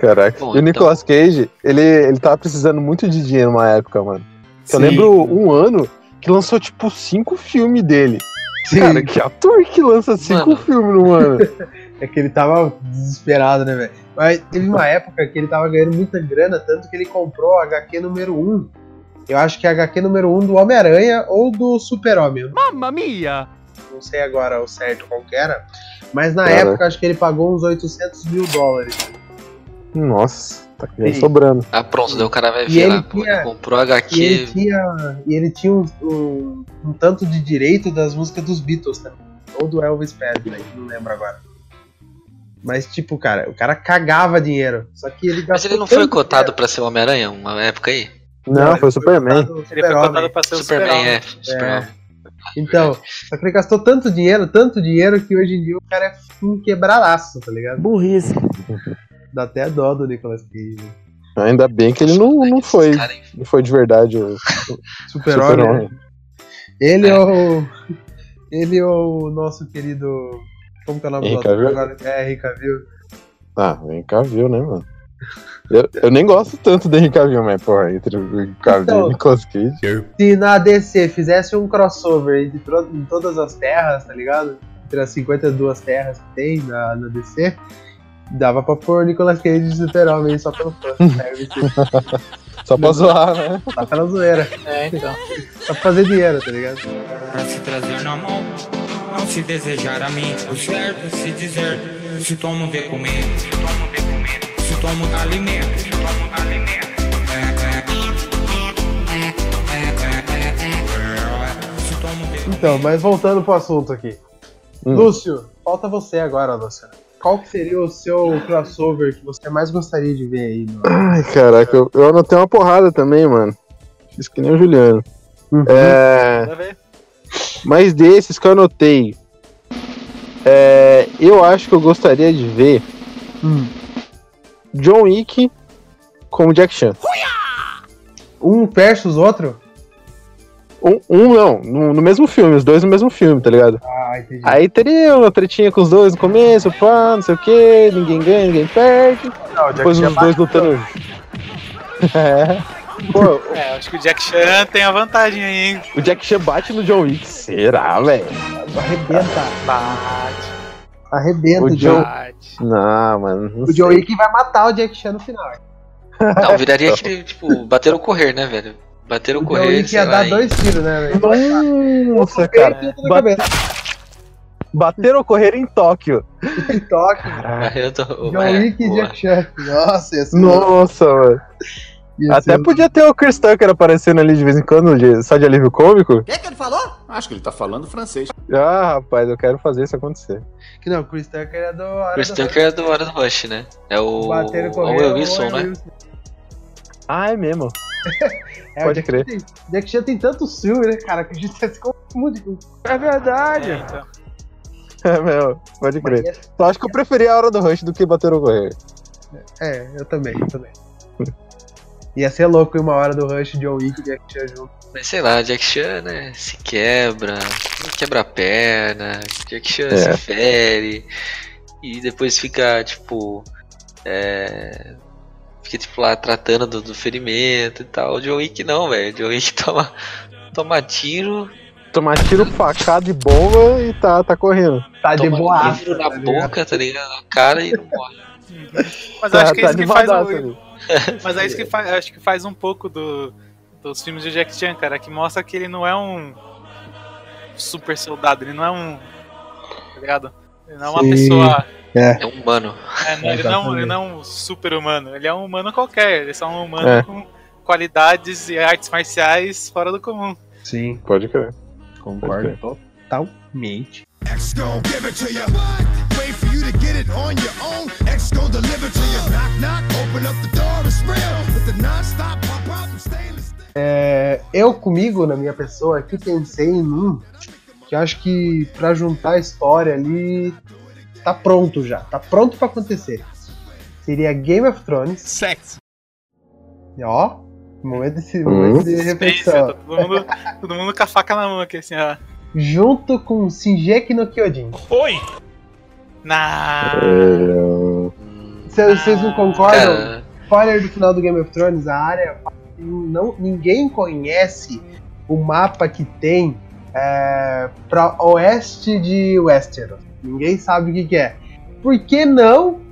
Speaker 5: Caraca.
Speaker 1: Bom,
Speaker 5: e o
Speaker 1: então-
Speaker 5: Nicolas Cage, ele, ele tava precisando muito de dinheiro numa época, mano. Eu lembro um ano que lançou, tipo, cinco filmes dele. Cara, que ator que lança cinco
Speaker 1: Mano.
Speaker 5: filmes no ano?
Speaker 2: É que ele tava desesperado, né, velho? Mas teve uma época que ele tava ganhando muita grana, tanto que ele comprou a HQ número 1. Eu acho que é a HQ número 1 do Homem-Aranha ou do Super-Homem. eu
Speaker 4: Mamma mia!
Speaker 2: Não sei agora o certo qual que era. Mas na
Speaker 5: Caraca.
Speaker 2: época, acho que ele pagou uns 800 mil dólares.
Speaker 5: Nossa, tá vem
Speaker 2: Sim.
Speaker 5: sobrando.
Speaker 1: Ah, pronto, daí o cara vai
Speaker 2: E
Speaker 1: ver
Speaker 2: ele
Speaker 1: lá, pô,
Speaker 2: tinha-
Speaker 1: ele comprou
Speaker 2: E ele
Speaker 1: HQ.
Speaker 2: tinha, e ele tinha um, um- um tanto de direito das músicas dos Beatles também. Ou do Elvis Presley, né? não lembro agora. Mas, tipo, cara, o cara cagava dinheiro. Só que ele
Speaker 1: Mas ele
Speaker 2: gastou
Speaker 1: não foi
Speaker 2: tanto
Speaker 1: cotado pra ser o Homem-Aranha uma época aí?
Speaker 5: Não,
Speaker 2: ele
Speaker 5: foi o Superman.
Speaker 2: cotado no
Speaker 3: Ele foi
Speaker 2: Super-Homem.
Speaker 3: cotado pra ser o
Speaker 1: Superman,
Speaker 3: Superman.
Speaker 1: é. Superman.
Speaker 2: Então, só que ele gastou tanto dinheiro, tanto dinheiro, que hoje em dia o cara é um quebradaço, tá ligado?
Speaker 6: Burrice.
Speaker 2: Dá até dó do Nicolas Cage. né?
Speaker 5: Ainda bem que ele não, não
Speaker 1: Esses
Speaker 5: foi.
Speaker 1: cara, hein?
Speaker 5: Não foi de verdade o
Speaker 2: Super-Homem. né?
Speaker 5: Super-Homem.
Speaker 2: Ele é.
Speaker 1: É.
Speaker 2: o. Ele é o nosso querido Como que é o nome
Speaker 11: Henry
Speaker 2: do ator?
Speaker 11: Cavill?
Speaker 2: Agora é Henry Cavill.
Speaker 11: Ah, o Henry Cavill, né, mano? Eu, eu nem gosto tanto do Henry Cavill, mas, porra, entre o Henry Cavill e
Speaker 2: Então-
Speaker 11: o Nicolas Cage...
Speaker 2: Se na DC fizesse um crossover entre tro- em todas as terras, tá ligado? Entre as 52 terras que tem na, na DC, dava pra pôr Nicolas Cage de super-homem só pelo fã. né?
Speaker 11: Só pra zoar, né?
Speaker 2: Só pela Tá zoeira.
Speaker 3: É, então.
Speaker 2: Só pra fazer dinheiro, tá ligado?
Speaker 12: Pra se trazer na mão, não se desejar a mim. O certo é se dizer, se tomo de comer, se tomo de comer, se tomo alimento, se tomo alimento. Se tomo de
Speaker 2: Então, mas voltando pro assunto aqui. Lúcio, falta você agora, Lúcio. Qual que seria o seu crossover que você mais gostaria de ver aí? No...
Speaker 5: Ai, caraca, eu, eu anotei uma porrada também, mano. Fiz que nem o Juliano. É,
Speaker 3: Vai ver.
Speaker 5: mas desses que eu anotei, é, eu acho que eu gostaria de ver
Speaker 2: Hum.
Speaker 5: John Wick como Jack Chan.
Speaker 2: Um versus outro?
Speaker 5: Um, um não, no, no mesmo filme, os dois no mesmo filme, tá ligado?
Speaker 2: Ah, entendi.
Speaker 5: Aí teria uma tretinha com os dois no começo, pá, não sei o que, ninguém ganha, ninguém perde.
Speaker 2: Não, Jack
Speaker 5: depois
Speaker 2: Chan
Speaker 5: os dois
Speaker 2: bateu.
Speaker 5: lutando. é. Pô,
Speaker 3: É, acho que o Jack Chan tem a vantagem aí, hein?
Speaker 5: o Jack Chan bate no John Wick. Será, velho?
Speaker 2: Arrebenta.
Speaker 3: Bate.
Speaker 2: Arrebenta,
Speaker 5: O
Speaker 2: o
Speaker 5: John-
Speaker 2: John.
Speaker 3: Bate.
Speaker 5: Não, mano. não
Speaker 2: O John
Speaker 5: sei.
Speaker 2: Wick vai matar o Jack Chan no final.
Speaker 1: Não, viraria aquele, tipo, bater ou correr, né, velho? Bater ou
Speaker 2: O John
Speaker 1: correr,
Speaker 2: Wick
Speaker 1: sei
Speaker 2: ia dar
Speaker 1: lá,
Speaker 2: dois tiros, né, velho?
Speaker 5: Nossa, cara.
Speaker 2: Peito e outro na
Speaker 5: Bate-
Speaker 2: cabeça.
Speaker 5: Bater ou correr em Tóquio.
Speaker 2: TikTok,
Speaker 1: John
Speaker 2: John Wick e Jack Chan. Nossa, ia ser
Speaker 5: Nossa, mano.
Speaker 2: ia ser-
Speaker 5: Até podia ter o Chris Tucker aparecendo ali de vez em quando, de- só de alívio cômico.
Speaker 2: é
Speaker 13: que, que ele falou?
Speaker 7: Acho que ele tá falando francês.
Speaker 5: Ah, rapaz, eu quero fazer isso acontecer.
Speaker 2: Que não, o Chris Tucker é do. era
Speaker 1: Chris
Speaker 2: do-
Speaker 1: Tucker é do Hora do Rush, né? É o.
Speaker 2: Bater
Speaker 1: o
Speaker 2: com
Speaker 1: Owen Wilson, né?
Speaker 5: Ah, é mesmo.
Speaker 2: É, o
Speaker 5: Pode
Speaker 2: Jack
Speaker 5: crer.
Speaker 2: Chan tem- Jack Chan tem tanto filme, né, cara, que a gente se confunde com
Speaker 5: É
Speaker 3: É,
Speaker 5: verdade.
Speaker 3: então.
Speaker 5: É mesmo, pode crer.
Speaker 2: Mas
Speaker 5: Só acho é- que eu preferi a hora do rush do que bater ou correr.
Speaker 2: É, eu também, eu também. Ia ser louco em uma hora do Rush, John Wick e Jack Chan junto.
Speaker 1: Mas sei lá, Jack Chan, né? Se quebra, quebra a perna, Jack Chan
Speaker 5: É.
Speaker 1: se fere, e depois fica, tipo. É. Fica, tipo, lá tratando do, do ferimento e tal. O John Wick não, velho. O John Wick toma, toma tiro,
Speaker 5: Tomar tiro, facada e bomba e tá, tá correndo.
Speaker 2: Tá de
Speaker 1: toma
Speaker 2: boa.
Speaker 1: livro na boca, tá ligado? Na cara e não morre.
Speaker 3: Mas
Speaker 5: tá,
Speaker 3: acho que é
Speaker 5: tá
Speaker 3: isso que faz
Speaker 5: devadaço
Speaker 3: o,
Speaker 5: ali.
Speaker 3: Mas é isso que faz, acho que faz um pouco do- dos filmes de Jack Chan, cara, que mostra que ele não é um super soldado, ele não é um. Tá ligado? Ele não é uma
Speaker 2: Sim.
Speaker 3: pessoa.
Speaker 1: É um humano.
Speaker 3: é, não, ele, não, ele não é um super humano, ele é um humano qualquer, ele é só um humano
Speaker 5: É.
Speaker 3: com qualidades e artes marciais fora do comum.
Speaker 2: Sim,
Speaker 5: Pode crer.
Speaker 2: concordo totalmente.
Speaker 7: X gon' give it to you. Wait for you to get it on your own. X gon' deliver to you. Knock, knock, open up the door, it's real. With the non-stop pop out and stainless steel.
Speaker 2: É, eu comigo, na minha pessoa, aqui pensei em um que eu acho que pra juntar a história ali tá pronto já, tá pronto pra acontecer. Seria Game of Thrones.
Speaker 7: Sex.
Speaker 2: E, ó, momento de,
Speaker 5: Hum.
Speaker 2: momento de
Speaker 3: Pensa, tá
Speaker 2: reflexão.
Speaker 3: todo mundo, todo mundo com a faca na mão aqui, assim, ó.
Speaker 2: Junto com Shinjeki no Kyojin.
Speaker 3: Oi! Na.
Speaker 2: É. Vocês vocês não concordam?
Speaker 1: Ah. Cara,
Speaker 2: spoiler do final do Game of Thrones, a área não, ninguém conhece o mapa que tem é, para oeste de Westeros. Ninguém sabe o que, que é. Por que não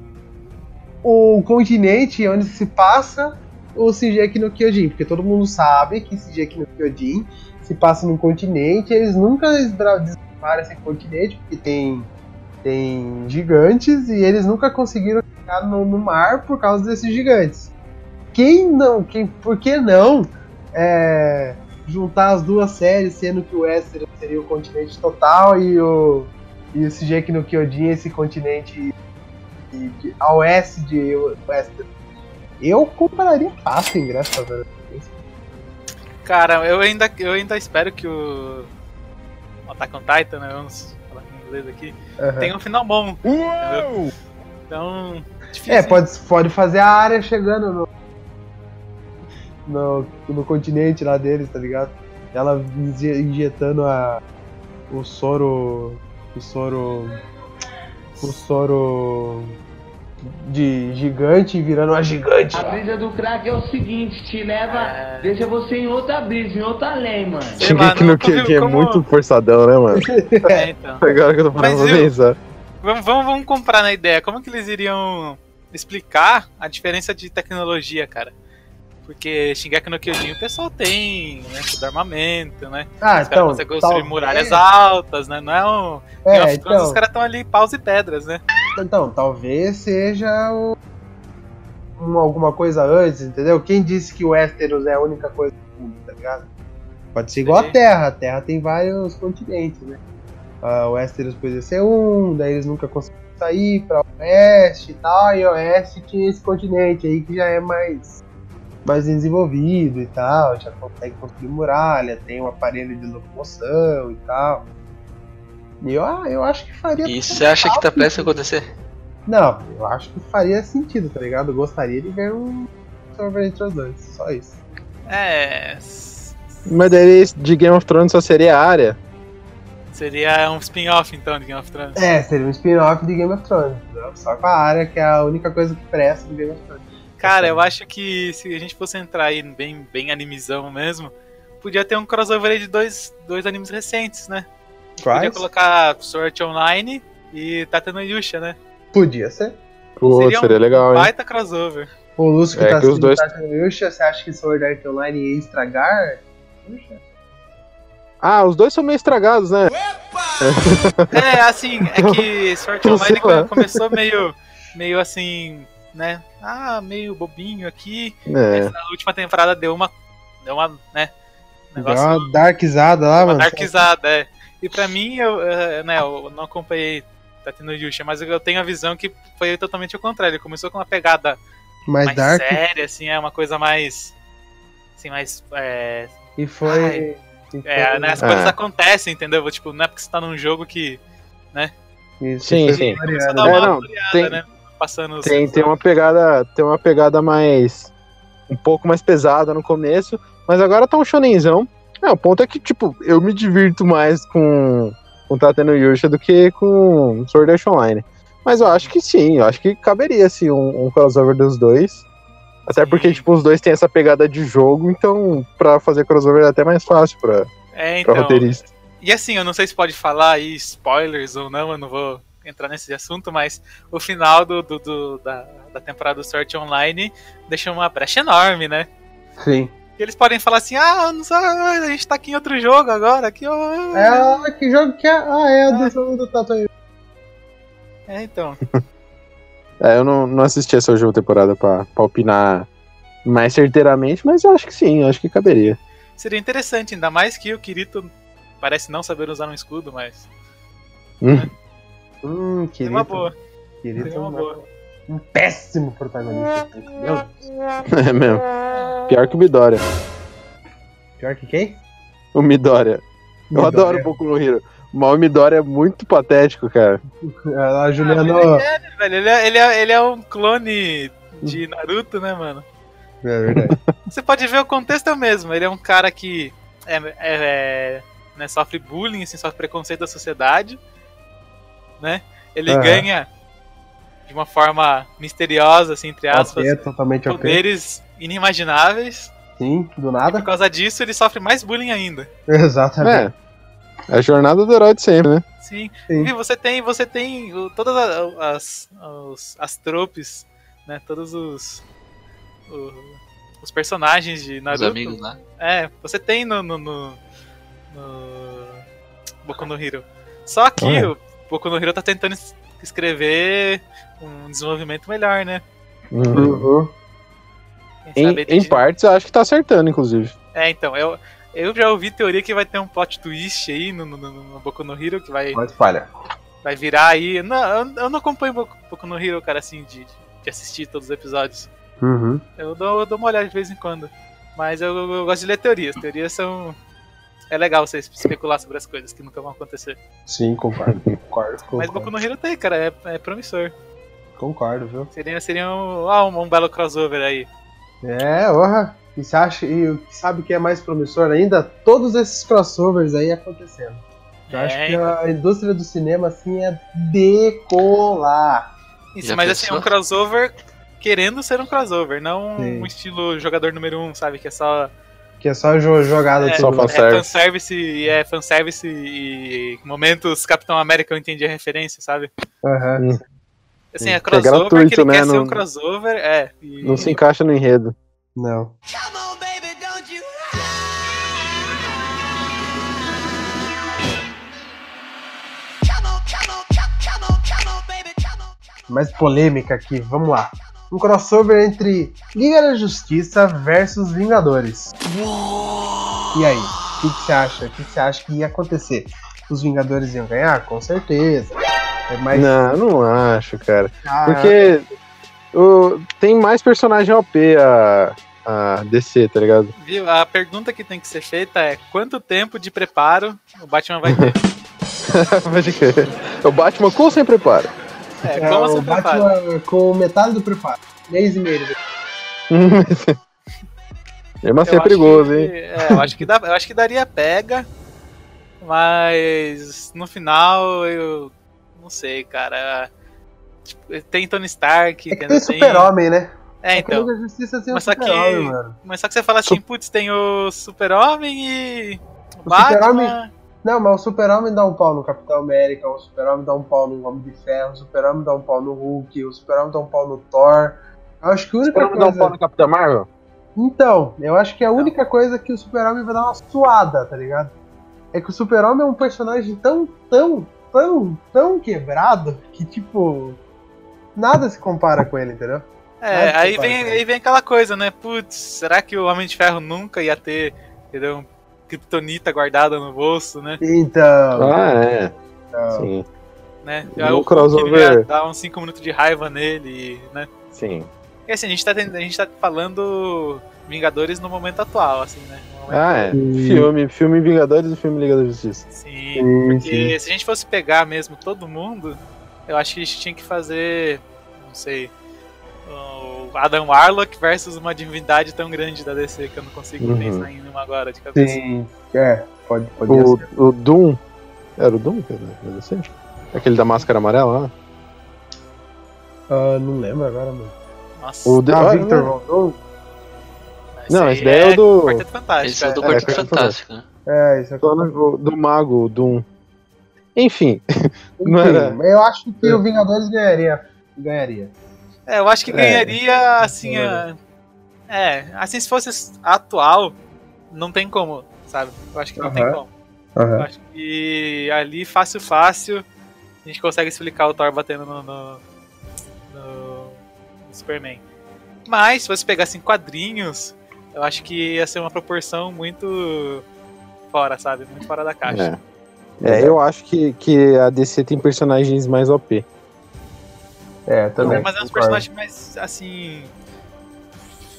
Speaker 2: o continente onde se passa o Shingeki no Kyojin? Porque todo mundo sabe que Shingeki no Kyojin se passa num continente, eles nunca desbra- desbravaram esse continente porque tem tem gigantes e eles nunca conseguiram chegar no, no mar por causa desses gigantes. Quem não, quem, por que não é, juntar as duas séries, sendo que o Westeros seria o continente total e o e esse Jake no Kyojin é esse continente de, de, a oeste de Westeros. Eu compraria fácil ingresso, né? velho.
Speaker 3: Cara, eu ainda, eu ainda espero que o. o Attack on Titan, né? Vamos falar em inglês aqui.
Speaker 2: É.
Speaker 3: Tem um final bom. entendeu? Então. Difícil.
Speaker 2: É, pode, pode fazer a área chegando no, no, no continente lá deles, tá ligado? Ela inje- injetando a, o soro. O soro. o Soro de gigante virando uma gigante.
Speaker 14: A
Speaker 3: Ah,
Speaker 14: brisa do crack é o seguinte, te leva,
Speaker 3: É.
Speaker 14: deixa você em outra brisa, em outra lei, mano.
Speaker 5: Shingeki no que, que é muito forçadão, né, mano?
Speaker 3: É, então.
Speaker 5: Agora que eu tô
Speaker 3: Mas
Speaker 5: falando pra
Speaker 3: eu-
Speaker 5: pensar.
Speaker 3: Vamos, vamos, vamos comprar na ideia. Como que eles iriam explicar a diferença de tecnologia, cara? Porque Shingeki no Kyojin o pessoal tem, né? Tudo armamento, né?
Speaker 2: Ah,
Speaker 3: os
Speaker 2: então,
Speaker 3: caras conseguem construir
Speaker 2: talvez-
Speaker 3: muralhas altas, né? Não é um.
Speaker 2: É,
Speaker 3: Game of Thrones,
Speaker 2: então.
Speaker 3: os caras estão ali paus e pedras, né?
Speaker 2: Então, talvez seja o- um- alguma coisa antes, entendeu? Quem disse que o Westeros é a única coisa do mundo, tá ligado? Pode ser igual a Terra, a Terra tem vários continentes, né? Ah, o Westeros podia ser um, daí eles nunca conseguiram sair pra oeste e tal, e o oeste tinha esse continente aí que já é mais, mais desenvolvido e tal, já consegue construir muralha, tem um aparelho de locomoção e tal. E eu, ah, eu acho que faria
Speaker 1: E você acha que tá prestes a acontecer?
Speaker 2: não, eu acho que faria sentido, tá ligado? Eu gostaria de ver um sobre entre os dois, só isso.
Speaker 3: É.
Speaker 5: Mas daí de Game of Thrones só seria a área.
Speaker 3: Seria um spin-off, então, de Game of Thrones.
Speaker 2: É, seria um spin-off de Game of Thrones, né? só com a área que é a única coisa que presta de Game of Thrones.
Speaker 5: Tá
Speaker 3: Cara, eu acho que se a gente fosse entrar aí bem, bem animizão mesmo, podia ter um crossover aí de dois, dois animes recentes, né? Podia
Speaker 2: Quais?
Speaker 3: colocar Sword Online e Tata no Yusha, né?
Speaker 2: Podia ser.
Speaker 5: Pô, seria, legal, hein?
Speaker 3: um baita crossover.
Speaker 2: O Lúcio que
Speaker 5: É,
Speaker 2: tá
Speaker 5: que os
Speaker 2: assistindo
Speaker 5: dois-
Speaker 2: Tata no Yusha, você acha que Sword Art Online ia estragar? Puxa.
Speaker 5: Ah, os dois são meio estragados, né?
Speaker 3: É, assim, é que Sword
Speaker 5: Não
Speaker 3: Online
Speaker 5: sei lá.
Speaker 3: co- começou meio, meio assim, né? Ah, meio bobinho aqui.
Speaker 2: É.
Speaker 3: Essa última temporada deu uma, deu uma, né?
Speaker 2: Dá uma darkizada lá, mano.
Speaker 3: Anarquizada, é. E pra mim, eu, eh, né, eu não acompanhei Tatino Yusha, mas eu tenho a visão que foi totalmente o contrário. Ele começou com uma pegada
Speaker 2: Mais dark.
Speaker 3: séria, assim, é uma coisa mais. Assim, mais. É,
Speaker 2: E foi.
Speaker 3: Ai.
Speaker 2: e foi-
Speaker 3: é, né, as coisas
Speaker 2: É.
Speaker 3: acontecem, entendeu? Tipo, não é porque você tá num jogo que. Né?
Speaker 2: Isso,
Speaker 5: Sim,
Speaker 2: foi
Speaker 5: sim.
Speaker 2: Mariana.
Speaker 3: Só dá
Speaker 5: É,
Speaker 3: uma
Speaker 5: não,
Speaker 3: variada,
Speaker 5: tem-
Speaker 3: né? Passando os-
Speaker 5: Tem, um tem uma pegada, tem uma pegada mais um pouco mais pesada no começo, mas agora tá um shonenzão. É, o ponto é que tipo, eu me divirto mais com com Tateno Yusha do que com Sword Art Online. Mas eu acho que sim, eu acho que caberia assim um, um crossover dos dois. Até porque tipo os dois têm essa pegada de jogo, então pra fazer crossover é até mais fácil pra
Speaker 3: É,
Speaker 5: pra
Speaker 3: então.
Speaker 5: roteirista.
Speaker 3: E assim, eu não sei se pode falar aí spoilers ou não, eu não vou entrar nesse assunto, mas o final do, do- do- da, da temporada do Sword Online deixou uma brecha enorme, né?
Speaker 2: Sim.
Speaker 3: E eles podem falar assim, ah, não sei, a gente tá aqui em outro jogo agora, aqui, ó.
Speaker 2: É, ah, que jogo que é? Ah, é o do jogo do Tata no Yusha.
Speaker 3: É, então.
Speaker 5: É, eu não, não assisti essa última temporada pra, pra opinar mais certeiramente, mas eu acho que sim, eu acho que caberia.
Speaker 3: Seria interessante, ainda mais que o Kirito parece não saber usar um escudo, mas
Speaker 2: Hum, querido.
Speaker 3: é uma boa.
Speaker 2: Kirito
Speaker 3: Seria uma boa.
Speaker 2: Um péssimo protagonista. Meu
Speaker 5: É mesmo. Pior que o Midoriya.
Speaker 2: Pior que quem?
Speaker 5: O Midoriya. Eu
Speaker 2: Midoriya.
Speaker 5: adoro o Boku no Hero. Mas o Midoriya é muito patético, cara.
Speaker 2: é, A Juliana.
Speaker 3: Velho, ele, é, ele, é, ele é um clone de
Speaker 2: Hum.
Speaker 3: Naruto, né, mano?
Speaker 2: É verdade.
Speaker 3: Você pode ver o contexto é o mesmo. Ele é um cara que é, é- é, né, sofre bullying, assim, sofre preconceito da sociedade. Né? Ele
Speaker 2: Aham.
Speaker 3: ganha de uma forma misteriosa, assim, entre aspas,
Speaker 2: É totalmente ok.
Speaker 3: poderes inimagináveis.
Speaker 2: Sim, do
Speaker 3: Por
Speaker 2: nada.
Speaker 3: causa disso, ele sofre mais bullying ainda.
Speaker 2: Exatamente.
Speaker 5: É a jornada do herói de sempre, né?
Speaker 3: Sim.
Speaker 2: Sim.
Speaker 3: E você tem, você tem o- todas a- as, os- as tropes, né? Todos os, o- os personagens de Naruto.
Speaker 1: amigos lá.
Speaker 3: É, você tem no, no, no, no Boku no Hero. Só que
Speaker 1: Ah, é.
Speaker 3: o Boku no Hero tá tentando es- escrever um desenvolvimento melhor, né?
Speaker 5: É.
Speaker 2: Uhum.
Speaker 3: Quem
Speaker 5: Em,
Speaker 3: sabe
Speaker 5: em partes, eu acho que tá acertando, inclusive.
Speaker 3: É, então, eu, eu já ouvi teoria que vai ter um plot twist aí no, no, no- no Boku no Hero que vai...
Speaker 2: falha.
Speaker 3: Vai virar aí. Não, eu, eu não acompanho Boku, Boku no Hero, cara, assim, de, de assistir todos os episódios.
Speaker 5: Uhum.
Speaker 3: Eu dou, eu dou uma olhada de vez em quando. Mas eu, eu gosto de ler teorias. Teorias são. É legal você especular sobre as coisas que nunca vão acontecer.
Speaker 2: Sim, concordo. Concordo,
Speaker 3: Mas
Speaker 2: concordo,
Speaker 3: Boku no Hero tem, cara, é, é promissor.
Speaker 2: concordo viu?
Speaker 3: Seria, seria um, ah, um, um belo crossover aí.
Speaker 2: É, orra. E você acha e sabe o que é mais promissor ainda? Todos esses crossovers aí acontecendo. Eu acho que a indústria do cinema, assim, é decolar.
Speaker 3: Isso, mas assim, é um crossover querendo ser um crossover, não um estilo jogador número um, sabe? Que é só.
Speaker 2: Que é só jo- jogada
Speaker 3: é,
Speaker 2: de
Speaker 3: é
Speaker 2: celular.
Speaker 3: fanservice e é fanservice e momentos Capitão América eu entendi a referência, sabe?
Speaker 2: Aham.
Speaker 3: Assim, é
Speaker 8: É
Speaker 3: crossover,
Speaker 8: gratuito,
Speaker 3: que ele quer
Speaker 8: né?
Speaker 3: ser um
Speaker 8: Não-
Speaker 3: crossover, é. E...
Speaker 8: Não se encaixa no enredo.
Speaker 2: Não. Mais polêmica aqui, vamos lá. Um crossover entre Liga da Justiça versus Vingadores. E aí, o que que você acha? O que que você acha que ia acontecer? Os Vingadores iam ganhar? Com certeza. É mais.
Speaker 8: Não, não acho, cara.
Speaker 2: Ah,
Speaker 8: Porque o- tem mais personagem OP a, a DC, tá ligado?
Speaker 3: Viu? A pergunta que tem que ser feita é quanto tempo de preparo o Batman vai ter?
Speaker 8: Pode crer.
Speaker 5: É
Speaker 8: o Batman com ou sem preparo?
Speaker 3: É,
Speaker 2: É,
Speaker 3: como você
Speaker 2: o
Speaker 3: prepara?
Speaker 2: Batman com metade do preparo. Mês e meio.
Speaker 8: Mesmo assim
Speaker 3: Eu
Speaker 8: é
Speaker 3: acho
Speaker 8: perigoso,
Speaker 3: que-
Speaker 8: hein?
Speaker 3: é, eu acho que dá- eu acho que daria pega, mas no final eu não sei, cara. Tipo, tem Tony Stark,
Speaker 2: É Tem super-homem, né?
Speaker 3: É, então.
Speaker 2: Liga da Justiça tem o
Speaker 3: Mas só que
Speaker 2: super-homem, mano.
Speaker 3: mas só que você fala assim, putz, tem o Super-Homem e o
Speaker 2: O super-homem.
Speaker 3: Batman.
Speaker 2: Não, mas o super-homem dá um pau no Capitão América, o super-homem dá um pau no Homem de Ferro, o super-homem dá um pau no Hulk, o super-homem dá um pau no Thor. Eu acho que a única
Speaker 8: Superman
Speaker 2: coisa.
Speaker 8: dá um pau no Capitão Marvel?
Speaker 2: Então, eu acho que a única coisa que o super-homem vai dar uma suada, tá ligado? É que o super-homem é um personagem tão, tão, tão, tão quebrado que, tipo. Nada se compara com ele, entendeu?
Speaker 3: É,
Speaker 2: Nada se
Speaker 3: aí
Speaker 2: compara
Speaker 3: vem,
Speaker 2: com ele.
Speaker 3: aí vem aquela coisa, né? Putz, será que o Homem de Ferro nunca ia ter, entendeu? um Kryptonita guardada no bolso, né?
Speaker 2: Então.
Speaker 8: Ah, é.
Speaker 2: Então.
Speaker 8: Sim,
Speaker 3: né?
Speaker 8: Um
Speaker 3: Aí o
Speaker 8: crossover.
Speaker 3: Hulk ia dar uns 5 minutos de raiva nele, né?
Speaker 8: sim.
Speaker 3: E assim, a gente tá, tendo- a gente tá falando Vingadores no momento atual, assim, né? No momento-
Speaker 8: Ah, é.
Speaker 2: Sim.
Speaker 8: Filme, filme Vingadores e filme Liga da Justiça.
Speaker 3: Sim,
Speaker 8: Ah, Sim,
Speaker 3: porque
Speaker 8: sim.
Speaker 3: se a gente fosse pegar mesmo todo mundo, eu acho que a gente tinha que fazer, não sei, o Adam Warlock versus uma divindade tão grande da DC que eu não consigo
Speaker 8: Uhum.
Speaker 3: pensar em nenhuma agora de cabeça.
Speaker 2: Sim. É, pode, pode
Speaker 8: O, o Doom. Era o Doom que era da DC? Aquele da máscara amarela lá?
Speaker 2: Ah, não lembro agora, mano.
Speaker 3: Nossa.
Speaker 8: O The-
Speaker 2: ah,
Speaker 8: ah,
Speaker 2: Victor
Speaker 8: não.
Speaker 2: Von Doom?
Speaker 8: Não, esse daí é,
Speaker 3: é
Speaker 8: o do.
Speaker 3: Quarteto Fantástico.
Speaker 1: Esse é o do
Speaker 8: É,
Speaker 1: Quarteto
Speaker 8: Quarteto
Speaker 1: Fantástico, né?
Speaker 2: É, isso é
Speaker 8: Só no- do Mago, o Doom. Enfim.
Speaker 2: Enfim,
Speaker 8: não era.
Speaker 2: Eu acho que o Vingadores ganharia. Ganharia.
Speaker 3: É, eu acho que
Speaker 8: É.
Speaker 3: ganharia, assim, a- é, assim, se fosse atual, não tem como, sabe? Eu acho que não tem
Speaker 2: Aham.
Speaker 3: como.
Speaker 8: é.
Speaker 3: Eu acho que ali, fácil, fácil, a gente consegue explicar o Thor batendo no, no, no- no Superman. Mas, se você pegasse em quadrinhos, eu acho que ia ser uma proporção muito fora, sabe? Muito fora da caixa.
Speaker 8: É. É, eu acho que, que a DC tem personagens mais OP.
Speaker 2: É, também.
Speaker 3: Mas é uns
Speaker 2: concordo.
Speaker 3: personagens mais, assim,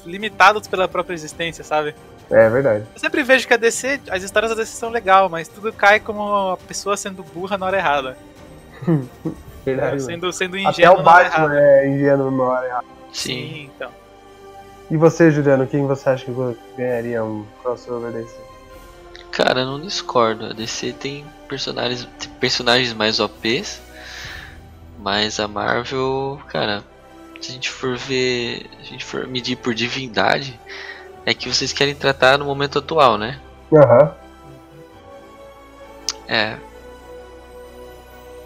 Speaker 3: limitados pela própria existência, sabe?
Speaker 2: É verdade.
Speaker 3: Eu sempre vejo que a DC, as histórias da DC são legal, mas tudo cai como a pessoa sendo burra na hora errada.
Speaker 2: verdade mano.
Speaker 3: sendo, sendo
Speaker 2: É, Até
Speaker 3: ingênuo
Speaker 2: o
Speaker 3: na hora errada.
Speaker 2: Batman é ingênuo na hora errada.
Speaker 1: Sim.
Speaker 3: Sim, então.
Speaker 2: E você, Juliano, quem você acha que ganharia um crossover desse?
Speaker 1: Cara, eu não discordo. A DC tem personagens, tem personagens mais OPs, mas a Marvel, cara, se a gente for ver, se a gente for medir por divindade, é que vocês querem tratar no momento atual, né?
Speaker 2: Aham.
Speaker 1: É,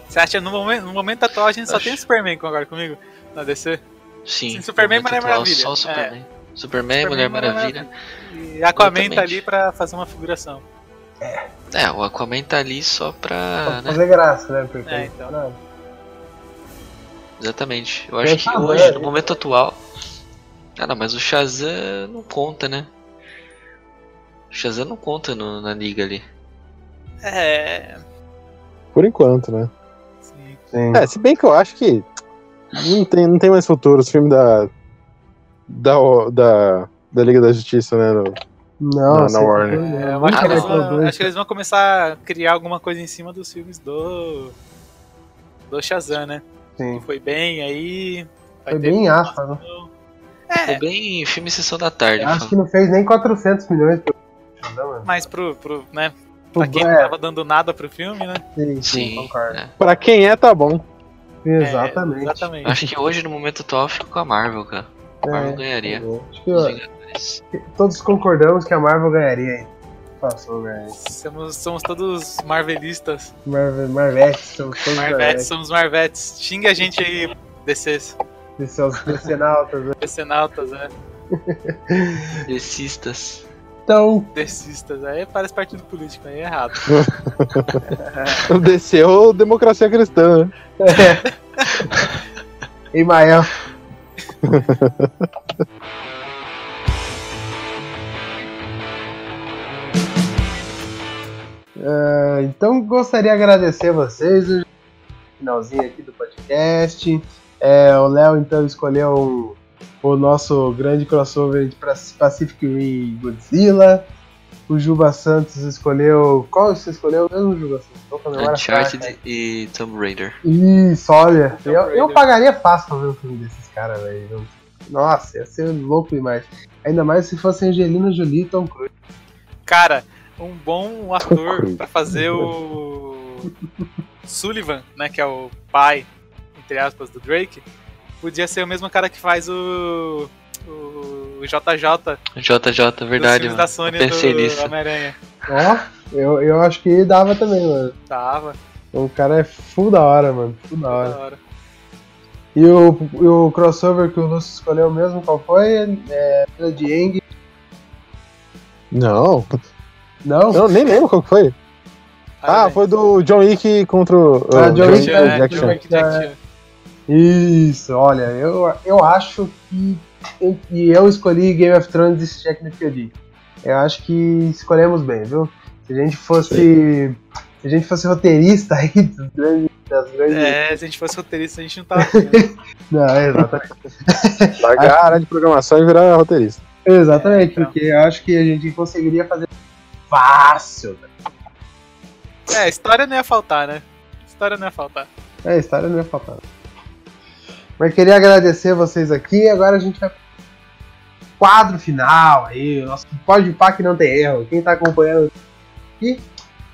Speaker 3: Você acha no momento, no momento atual a gente só tem o Superman com- agora comigo? Na DC?
Speaker 1: sim.
Speaker 3: Sim, Superman e
Speaker 1: momento
Speaker 3: Mulher
Speaker 1: atual,
Speaker 3: Maravilha.
Speaker 1: Só o
Speaker 3: É.
Speaker 1: Superman. Superman,
Speaker 3: Superman, Mulher
Speaker 1: Mulher Maravilha.
Speaker 3: E Aquaman tá
Speaker 1: Exatamente.
Speaker 3: ali pra fazer uma figuração.
Speaker 1: É, o Aquaman tá ali só pra.
Speaker 2: Pode
Speaker 1: né?
Speaker 2: fazer graça, né? Porque
Speaker 3: Ah, É, então.
Speaker 2: Não.
Speaker 1: Exatamente. Eu
Speaker 2: Eu
Speaker 1: acho que
Speaker 2: tava
Speaker 1: hoje, no
Speaker 2: vendo.
Speaker 1: momento atual. Ah, não, mas o Shazam não conta, né? O Shazam não conta no- na liga ali.
Speaker 3: É.
Speaker 8: Por enquanto, né?
Speaker 3: Sim.
Speaker 2: Sim.
Speaker 8: É, se bem que eu acho que não tem, não tem mais futuro os filmes da, da, O- da, da Liga da Justiça, né? no-
Speaker 2: Não,
Speaker 8: na
Speaker 2: sei
Speaker 8: Warner.
Speaker 2: que-
Speaker 3: É, eu acho,
Speaker 1: Ah,
Speaker 3: que eles
Speaker 1: não.
Speaker 3: vão, acho que eles vão começar a criar alguma coisa em cima dos filmes do. do Shazam, né?
Speaker 2: Sim.
Speaker 3: Que foi bem, aí. vai
Speaker 2: Foi
Speaker 3: ter
Speaker 2: bem
Speaker 3: continuação.
Speaker 2: afa, né?
Speaker 3: É.
Speaker 1: Foi bem filme Sessão da Tarde.
Speaker 2: Eu acho
Speaker 1: fala.
Speaker 2: que não fez nem 400 milhões. pra- Não, mano.
Speaker 3: Mas pro, pro, né, Pra quem não tava dando nada pro filme, né?
Speaker 2: É, Sim,
Speaker 1: sim, concordo. É.
Speaker 5: Pra quem é, tá bom.
Speaker 2: Exatamente.
Speaker 3: É, exatamente.
Speaker 1: Acho que hoje, no momento atual, eu fico com a Marvel, cara. A Marvel ganharia.
Speaker 2: É. Acho que, ó, que todos concordamos que a Marvel ganharia aí. Passou, velho.
Speaker 3: Somos, somos todos marvelistas.
Speaker 2: Marvel, Marvete, somos todos
Speaker 3: Marvetes, somos Marvetes. Xinga a gente aí, DCs.
Speaker 2: Desses aos decenautas, né?
Speaker 3: Decenautas, né?
Speaker 1: Decistas.
Speaker 2: Então,
Speaker 3: Decistas. Aí parece partido político, aí é errado.
Speaker 5: Desceu democracia cristã, né?
Speaker 2: e Mael. Ah, então gostaria de agradecer a vocês. hoje é o Finalzinho aqui do podcast. É, o Léo então escolheu o, o nosso grande crossover de Pac- Pacific Rim e Godzilla. O Juba Santos escolheu. Qual você escolheu mesmo, Juba Santos? Tô com a memória fraca.
Speaker 1: Uncharted e Tomb Raider.
Speaker 2: Isso, olha. Eu, eu pagaria fácil pra ver um filme desses caras, velho. Nossa, ia ser louco demais. Ainda mais se fosse Angelina Jolie e Tom Cruise.
Speaker 3: Cara, um bom ator pra fazer o Sullivan, né, que é o pai, entre aspas, do Drake, podia ser o mesmo cara que faz o, o JJ
Speaker 1: JJ,
Speaker 3: dos
Speaker 1: verdade.
Speaker 3: filmes
Speaker 1: mano.
Speaker 3: da Sony
Speaker 1: Eu pensei
Speaker 3: do
Speaker 1: nisso.
Speaker 3: Homem-Aranha.
Speaker 2: Ó, eu, eu acho que dava também, mano.
Speaker 3: Tava,
Speaker 2: O cara é full da hora, mano. Full da hora.
Speaker 3: da hora.
Speaker 2: E o, e o crossover que o Lúcio escolheu mesmo, qual foi? É, Era de Eng.
Speaker 5: Não,
Speaker 2: Não?
Speaker 5: eu nem lembro qual que foi. Ah,
Speaker 3: Olha
Speaker 5: foi do John Wick contra o
Speaker 2: Ah,
Speaker 5: o
Speaker 2: John
Speaker 3: aí.
Speaker 2: Wick,
Speaker 3: né? Jack Chan, Jack
Speaker 2: Jack Chan.
Speaker 3: Jack Chan.
Speaker 2: Isso, olha, eu, eu acho que. E eu escolhi Game of Thrones e Check no POD. Eu acho que escolhemos bem, viu? Se a gente fosse. Se a gente fosse roteirista aí dos grandes- das grandes.
Speaker 3: É, se a gente fosse roteirista, a gente não tava né? vendo.
Speaker 2: Não, é exatamente.
Speaker 5: Largar a área de programação e virar roteirista.
Speaker 2: é Exatamente,
Speaker 3: então.
Speaker 2: porque eu acho que a gente conseguiria fazer fácil. velho.
Speaker 3: É, história não ia faltar, né? História não ia faltar.
Speaker 2: É, a história não é faltar. Mas queria agradecer vocês aqui. Agora a gente vai pro quadro final aí. o Nosso pode pá que não tem erro. Quem tá acompanhando aqui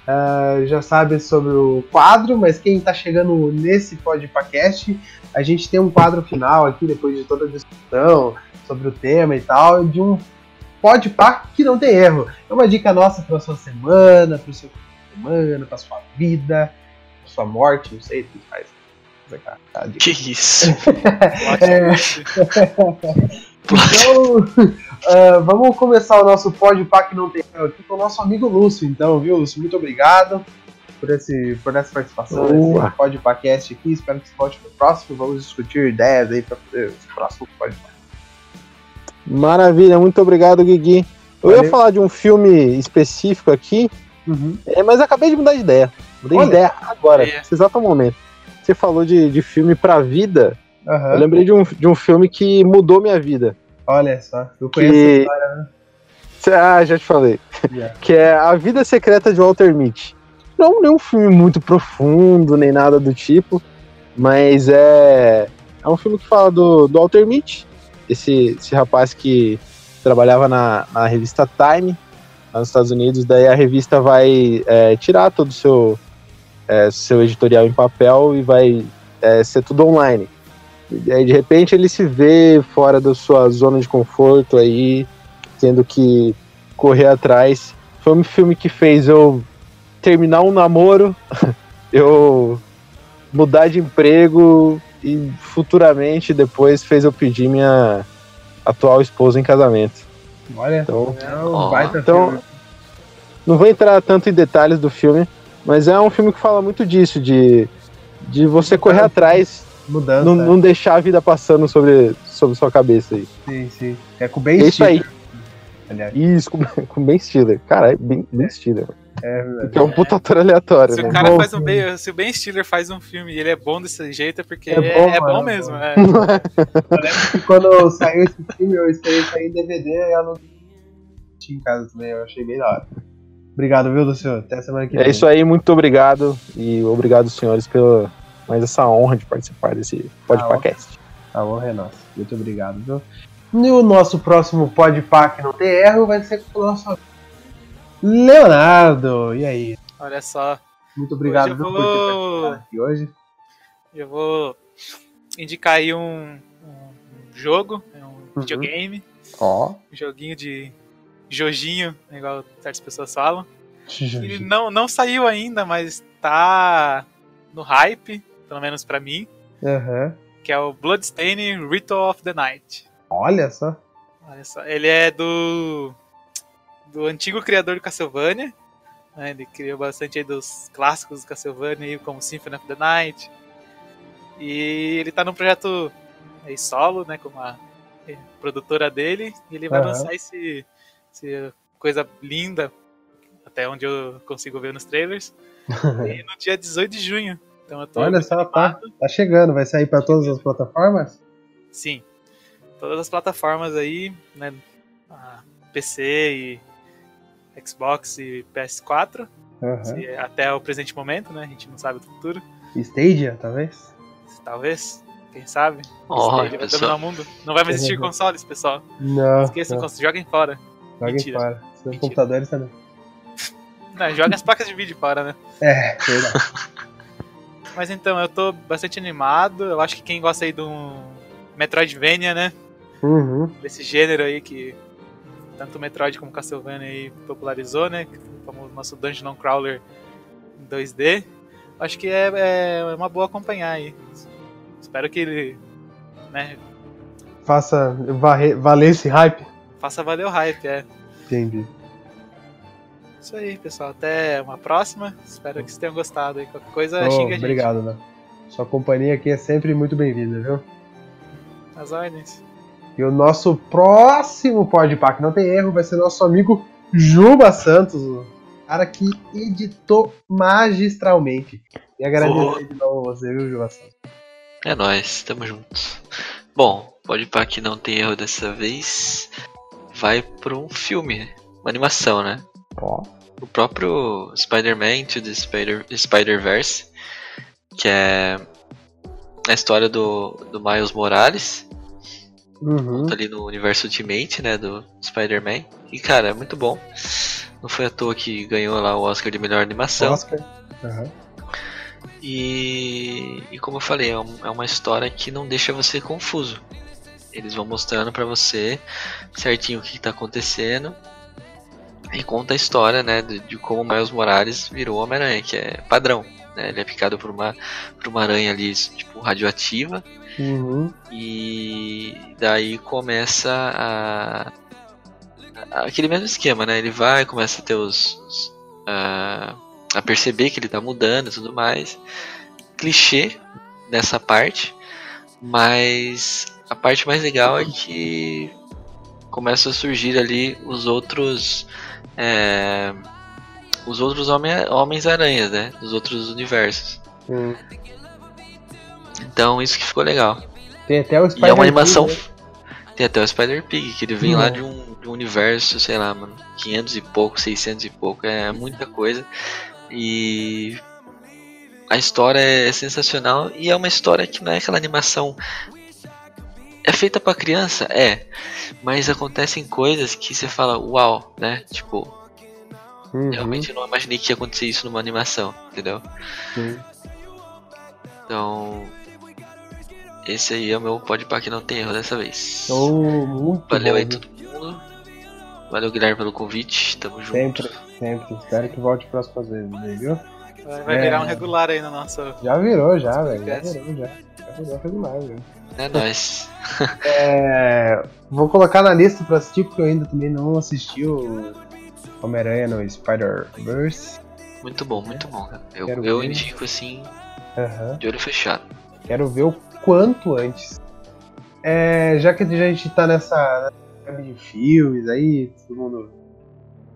Speaker 2: ah, já sabe sobre o quadro, mas quem tá chegando nesse pode podcast, a gente tem um quadro final aqui depois de toda a discussão sobre o tema e tal, de um pode pá que não tem erro. É uma dica nossa pra sua semana, pro seu fim de semana, pra sua vida, pra sua morte, não sei, tudo faz. Mas é a dica. É,
Speaker 1: Que isso?
Speaker 3: Plot
Speaker 9: É,
Speaker 3: twist.
Speaker 2: Então, ah, vamos começar o nosso pod que não tem erro aqui com o nosso amigo Lúcio, então, viu, Lúcio? Muito obrigado por, esse, por essa participação
Speaker 5: Boa.
Speaker 2: nesse pod podcast aqui. Espero que você volte pro próximo. Vamos discutir ideias aí para o próximo pod
Speaker 5: Maravilha, muito obrigado, Guigui. Eu
Speaker 2: Valeu.
Speaker 5: ia falar de um filme específico aqui,
Speaker 2: uhum.
Speaker 5: é, mas acabei de mudar de ideia. Mudei
Speaker 2: Olha.
Speaker 5: de ideia agora,
Speaker 3: É.
Speaker 5: nesse exato momento. Você falou de, de filme pra vida. Eu
Speaker 2: Aham.
Speaker 5: lembrei de um, de um filme que mudou minha vida.
Speaker 2: Olha só, eu conheço a
Speaker 5: Que...
Speaker 2: história. né?
Speaker 5: Ah, já te falei.
Speaker 2: Yeah.
Speaker 5: que é A Vida Secreta de Walter Mitty. Não é um filme muito profundo, nem nada do tipo, mas é, é um filme que fala do, do Walter Mitty, esse, esse rapaz que trabalhava na, na revista Time, lá nos Estados Unidos, daí a revista vai é, tirar todo o seu, é, seu editorial em papel e vai é, ser tudo online. E aí, de repente, ele se vê fora da sua zona de conforto aí, tendo que correr atrás. Foi um filme que fez eu terminar um namoro, eu mudar de emprego e futuramente depois fez eu pedir minha atual esposa em casamento.
Speaker 2: Olha,
Speaker 5: Então,
Speaker 2: é um
Speaker 1: Ó.
Speaker 2: baita
Speaker 5: Então-
Speaker 2: filme.
Speaker 5: não vou entrar tanto em detalhes do filme, mas é um filme que fala muito disso, de, de você correr atrás,
Speaker 2: Mudança.
Speaker 5: não, não deixar a vida passando sobre, sobre sua cabeça aí.
Speaker 2: Sim, sim. É com
Speaker 5: É
Speaker 2: bem
Speaker 5: isso aí.
Speaker 2: Aliás.
Speaker 5: Isso, com, com Ben Stiller. Caralho, Ben, ben Stiller. mano.
Speaker 2: É verdade.
Speaker 5: Que é um puta ator aleatório,
Speaker 3: Se
Speaker 5: né?
Speaker 3: o cara
Speaker 2: Bom
Speaker 3: faz um
Speaker 2: filme.
Speaker 3: bem, se o Ben Stiller faz um filme e ele é bom desse jeito, é porque
Speaker 2: É
Speaker 3: é
Speaker 2: bom,
Speaker 3: bom,
Speaker 2: mano, é
Speaker 3: mesmo.
Speaker 2: bom.
Speaker 3: É.
Speaker 2: E quando saiu esse filme, eu esperei sair em DVD e eu não tinha em casa também. Eu achei bem da hora. Obrigado, viu, Lucio? Até semana que vem.
Speaker 5: É isso aí, muito obrigado. E obrigado, senhores, pela mais essa honra de participar desse
Speaker 2: Ah,
Speaker 5: podcast.
Speaker 2: A honra é nossa. Muito obrigado, viu? E o nosso próximo podpack não tem erro vai ser com o nosso amigo Leonardo, e aí?
Speaker 3: Olha só.
Speaker 2: Muito
Speaker 3: Hoje
Speaker 2: obrigado
Speaker 3: eu
Speaker 2: viu, por
Speaker 3: vou-
Speaker 2: ter participado aqui hoje.
Speaker 3: Eu vou indicar aí um, um jogo, é um
Speaker 2: Uhum.
Speaker 3: videogame,
Speaker 2: Ó.
Speaker 3: um joguinho de Jojinho, igual certas pessoas falam. Ele não, não saiu ainda, mas tá no hype, pelo menos pra mim,
Speaker 2: Aham.
Speaker 3: que é o Bloodstained Ritual of the Night.
Speaker 2: Olha só.
Speaker 3: Olha só, ele é do do antigo criador do Castlevania, né? ele criou bastante aí dos clássicos do Castlevania, aí, como Symphony of the Night, e ele tá num projeto aí solo, né, com uma eh, produtora dele, e ele vai
Speaker 15: Aham.
Speaker 3: lançar esse, esse coisa linda, até onde eu consigo ver nos trailers, e no dia 18 de junho, então eu tô
Speaker 2: Olha só, tá, tá chegando. Vai sair pra todas as plataformas?
Speaker 3: Sim. Todas as plataformas aí, né? a PC e Xbox e PS4.
Speaker 2: Aham.
Speaker 3: se- é Até o presente momento, né? A gente não sabe do futuro.
Speaker 2: Stadia, talvez?
Speaker 3: Talvez. Quem sabe?
Speaker 2: Ó,
Speaker 3: Stadia vai
Speaker 2: pessoal.
Speaker 3: dominar
Speaker 1: é
Speaker 3: o mundo. Não vai mais existir consoles, pessoal.
Speaker 2: Não,
Speaker 3: Esqueçam,
Speaker 2: não.
Speaker 3: consoles, joguem fora.
Speaker 2: Joguem
Speaker 3: Mentira.
Speaker 2: fora. Seus computadores também.
Speaker 3: Não, joguem as placas de vídeo fora, né?
Speaker 2: É, verdade.
Speaker 3: Mas então, eu tô bastante animado. Eu acho que quem gosta aí do Metroidvania, né?
Speaker 2: uhum.
Speaker 3: desse gênero aí que tanto Metroid como Castlevania aí popularizou, né? Como o nosso Dungeon Crawler em 2D. Acho que é, é uma boa acompanhar aí. Espero que ele né,
Speaker 2: Faça varre- valer esse hype.
Speaker 3: faça valer o hype. É
Speaker 2: Entendi.
Speaker 3: isso aí, pessoal. Até uma próxima. Espero que vocês tenham gostado. aí. Qualquer coisa,
Speaker 2: Ô,
Speaker 3: Tá, xinga a gente.
Speaker 2: Oh, obrigado, né? Sua companhia aqui é sempre muito bem-vinda, viu?
Speaker 3: As ordens.
Speaker 2: E o nosso próximo podpack, não tem erro, vai ser nosso amigo Juba Santos, o cara que editou magistralmente. E agradecer de novo a você, viu, Juba Santos?
Speaker 1: É nóis, tamo juntos. Bom, pode pá que não tem erro dessa vez. Vai pra um filme, uma animação, né? O próprio Spider-Man Into the Spider- Spider-Verse, que é a história do, do Miles Morales, tá
Speaker 2: Uhum.
Speaker 1: ali no universo Ultimate, né, do Spider-Man. E cara, é muito bom. Não foi à toa que ganhou lá o Oscar de melhor animação.
Speaker 2: Uhum. Oscar. Aham.
Speaker 1: E, e como eu falei, é, um- é uma história que não deixa você confuso. Eles vão mostrando pra você certinho o que está acontecendo e conta a história, né, de, de como Miles Morales virou Homem-Aranha, que é padrão. né? Ele é picado por uma, por uma aranha ali, tipo, radioativa.
Speaker 2: Uhum.
Speaker 1: E daí começa a. a- Aquele mesmo esquema, né? Ele vai, começa a ter os. os- a, a perceber que ele tá mudando e tudo mais. Clichê nessa parte, mas a parte mais legal é que começam a surgir ali os outros. é, os outros homem, Homens-Aranhas, né? Dos outros universos.
Speaker 2: Hum.
Speaker 1: Então isso que ficou legal.
Speaker 2: Tem até o
Speaker 1: E é
Speaker 2: Spider-Man,
Speaker 1: uma animação.
Speaker 2: né?
Speaker 1: Tem até o Spider-Pig, que ele vem
Speaker 2: Hum.
Speaker 1: lá de um, de um universo, sei lá, mano, 500 e pouco, 600 e pouco, é muita coisa. E a história é sensacional e é uma história que não é aquela animação. É feita pra criança? É. Mas acontecem coisas que você fala, uau, né? Tipo, realmente eu não imaginei que ia acontecer isso numa animação, entendeu? Então, esse aí é o meu podpar que não tem erro dessa vez.
Speaker 2: Então, muito
Speaker 1: Valeu
Speaker 2: bom,
Speaker 1: aí
Speaker 2: viu?
Speaker 1: todo mundo. Valeu, Guilherme, pelo convite. Tamo junto.
Speaker 2: Sempre, sempre. Espero que volte próximas vezes, né, viu?
Speaker 3: Vai, vai
Speaker 2: É.
Speaker 3: virar um regular aí no nosso.
Speaker 2: Já virou, já, velho. Já
Speaker 3: podcast.
Speaker 2: virou, já. Já virou regular, velho.
Speaker 1: É nóis.
Speaker 2: É, vou colocar na lista pra assistir, porque eu ainda também não assisti o Homem-Aranha no Spider-Verse.
Speaker 1: Muito bom, muito bom, cara. Eu,
Speaker 2: Quero
Speaker 1: eu
Speaker 2: ver.
Speaker 1: indico assim,
Speaker 2: Aham.
Speaker 1: de olho fechado.
Speaker 2: Quero ver o quanto antes. É, já que a gente tá nessa nessa de filmes aí, todo mundo.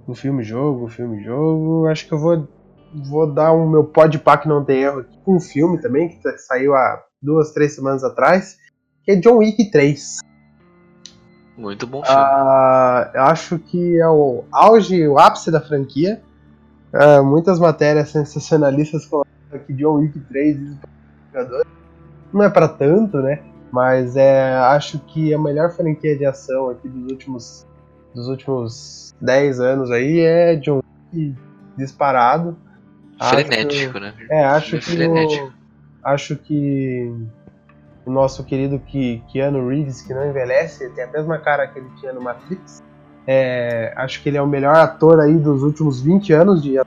Speaker 2: Um filme, jogo, filme, jogo. Acho que eu vou, vou dar o meu podpah que não tem erro aqui com um filme também, que tá- saiu há duas, três semanas atrás, que é John Wick 3.
Speaker 1: Muito bom filme.
Speaker 2: Ah, eu acho que é o auge, o ápice da franquia. Ah, muitas matérias sensacionalistas colocam que John Wick 3 diz pra jogador. não é pra tanto, né? Mas é, acho que a melhor franquia de ação aqui dos últimos dos últimos 10 anos aí é John Wick. que disparado.
Speaker 1: Frenético, né?
Speaker 2: É, acho que.
Speaker 1: Frenético.
Speaker 2: O, acho que o nosso querido Ke- Keanu Reeves, que não envelhece, tem a mesma cara que ele tinha no Matrix. É, acho que ele é o melhor ator aí dos últimos 20 anos de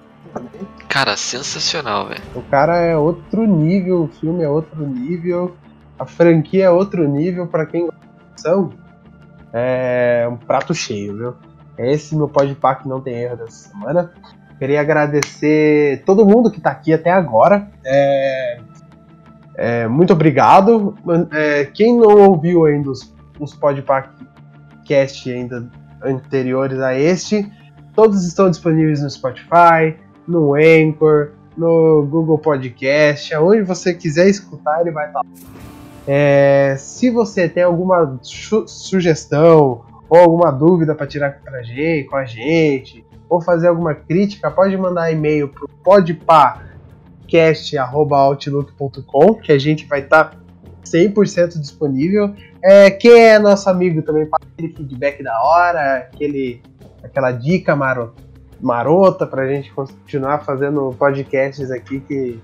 Speaker 1: Cara, sensacional, velho.
Speaker 2: o cara é outro nível, o filme é outro nível, a franquia é outro nível pra quem gosta de ação. É um prato cheio, viu? É esse meu podpah que não tem erro dessa semana. Queria agradecer todo mundo que tá aqui até agora. É, é, muito obrigado. Man- é, quem não ouviu ainda os, os podpah cast ainda anteriores a este, todos estão disponíveis no Spotify, no Anchor, no Google Podcast, aonde você quiser escutar, ele vai estar lá. É, se você tem alguma su- sugestão ou alguma dúvida para tirar pra gente, com a gente, ou fazer alguma crítica, pode mandar e-mail pro podpacast.outlook.com, que a gente vai tá estar 100% disponível. É, quem é nosso amigo também, passa aquele feedback da hora, aquele, aquela dica maro- marota pra gente continuar fazendo podcasts aqui que,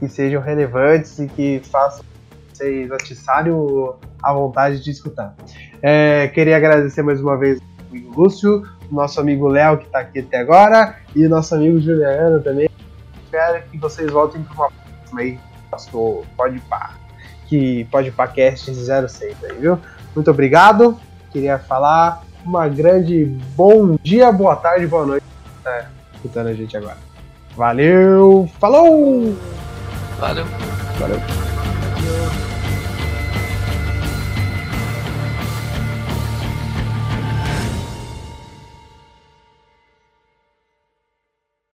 Speaker 2: que sejam relevantes e que façam vocês atiçarem o- a vontade de escutar. É, queria agradecer mais uma vez ao amigo Lúcio, nosso amigo Léo que tá aqui até agora e nosso amigo Juliano também. Espero que vocês voltem para uma próxima aí, nosso Podpar, que Podparcast 06 aí, viu? Muito obrigado. Queria falar uma grande bom dia, boa tarde, boa noite. Tá escutando a gente agora. Valeu, falou!
Speaker 1: Valeu.
Speaker 2: Valeu.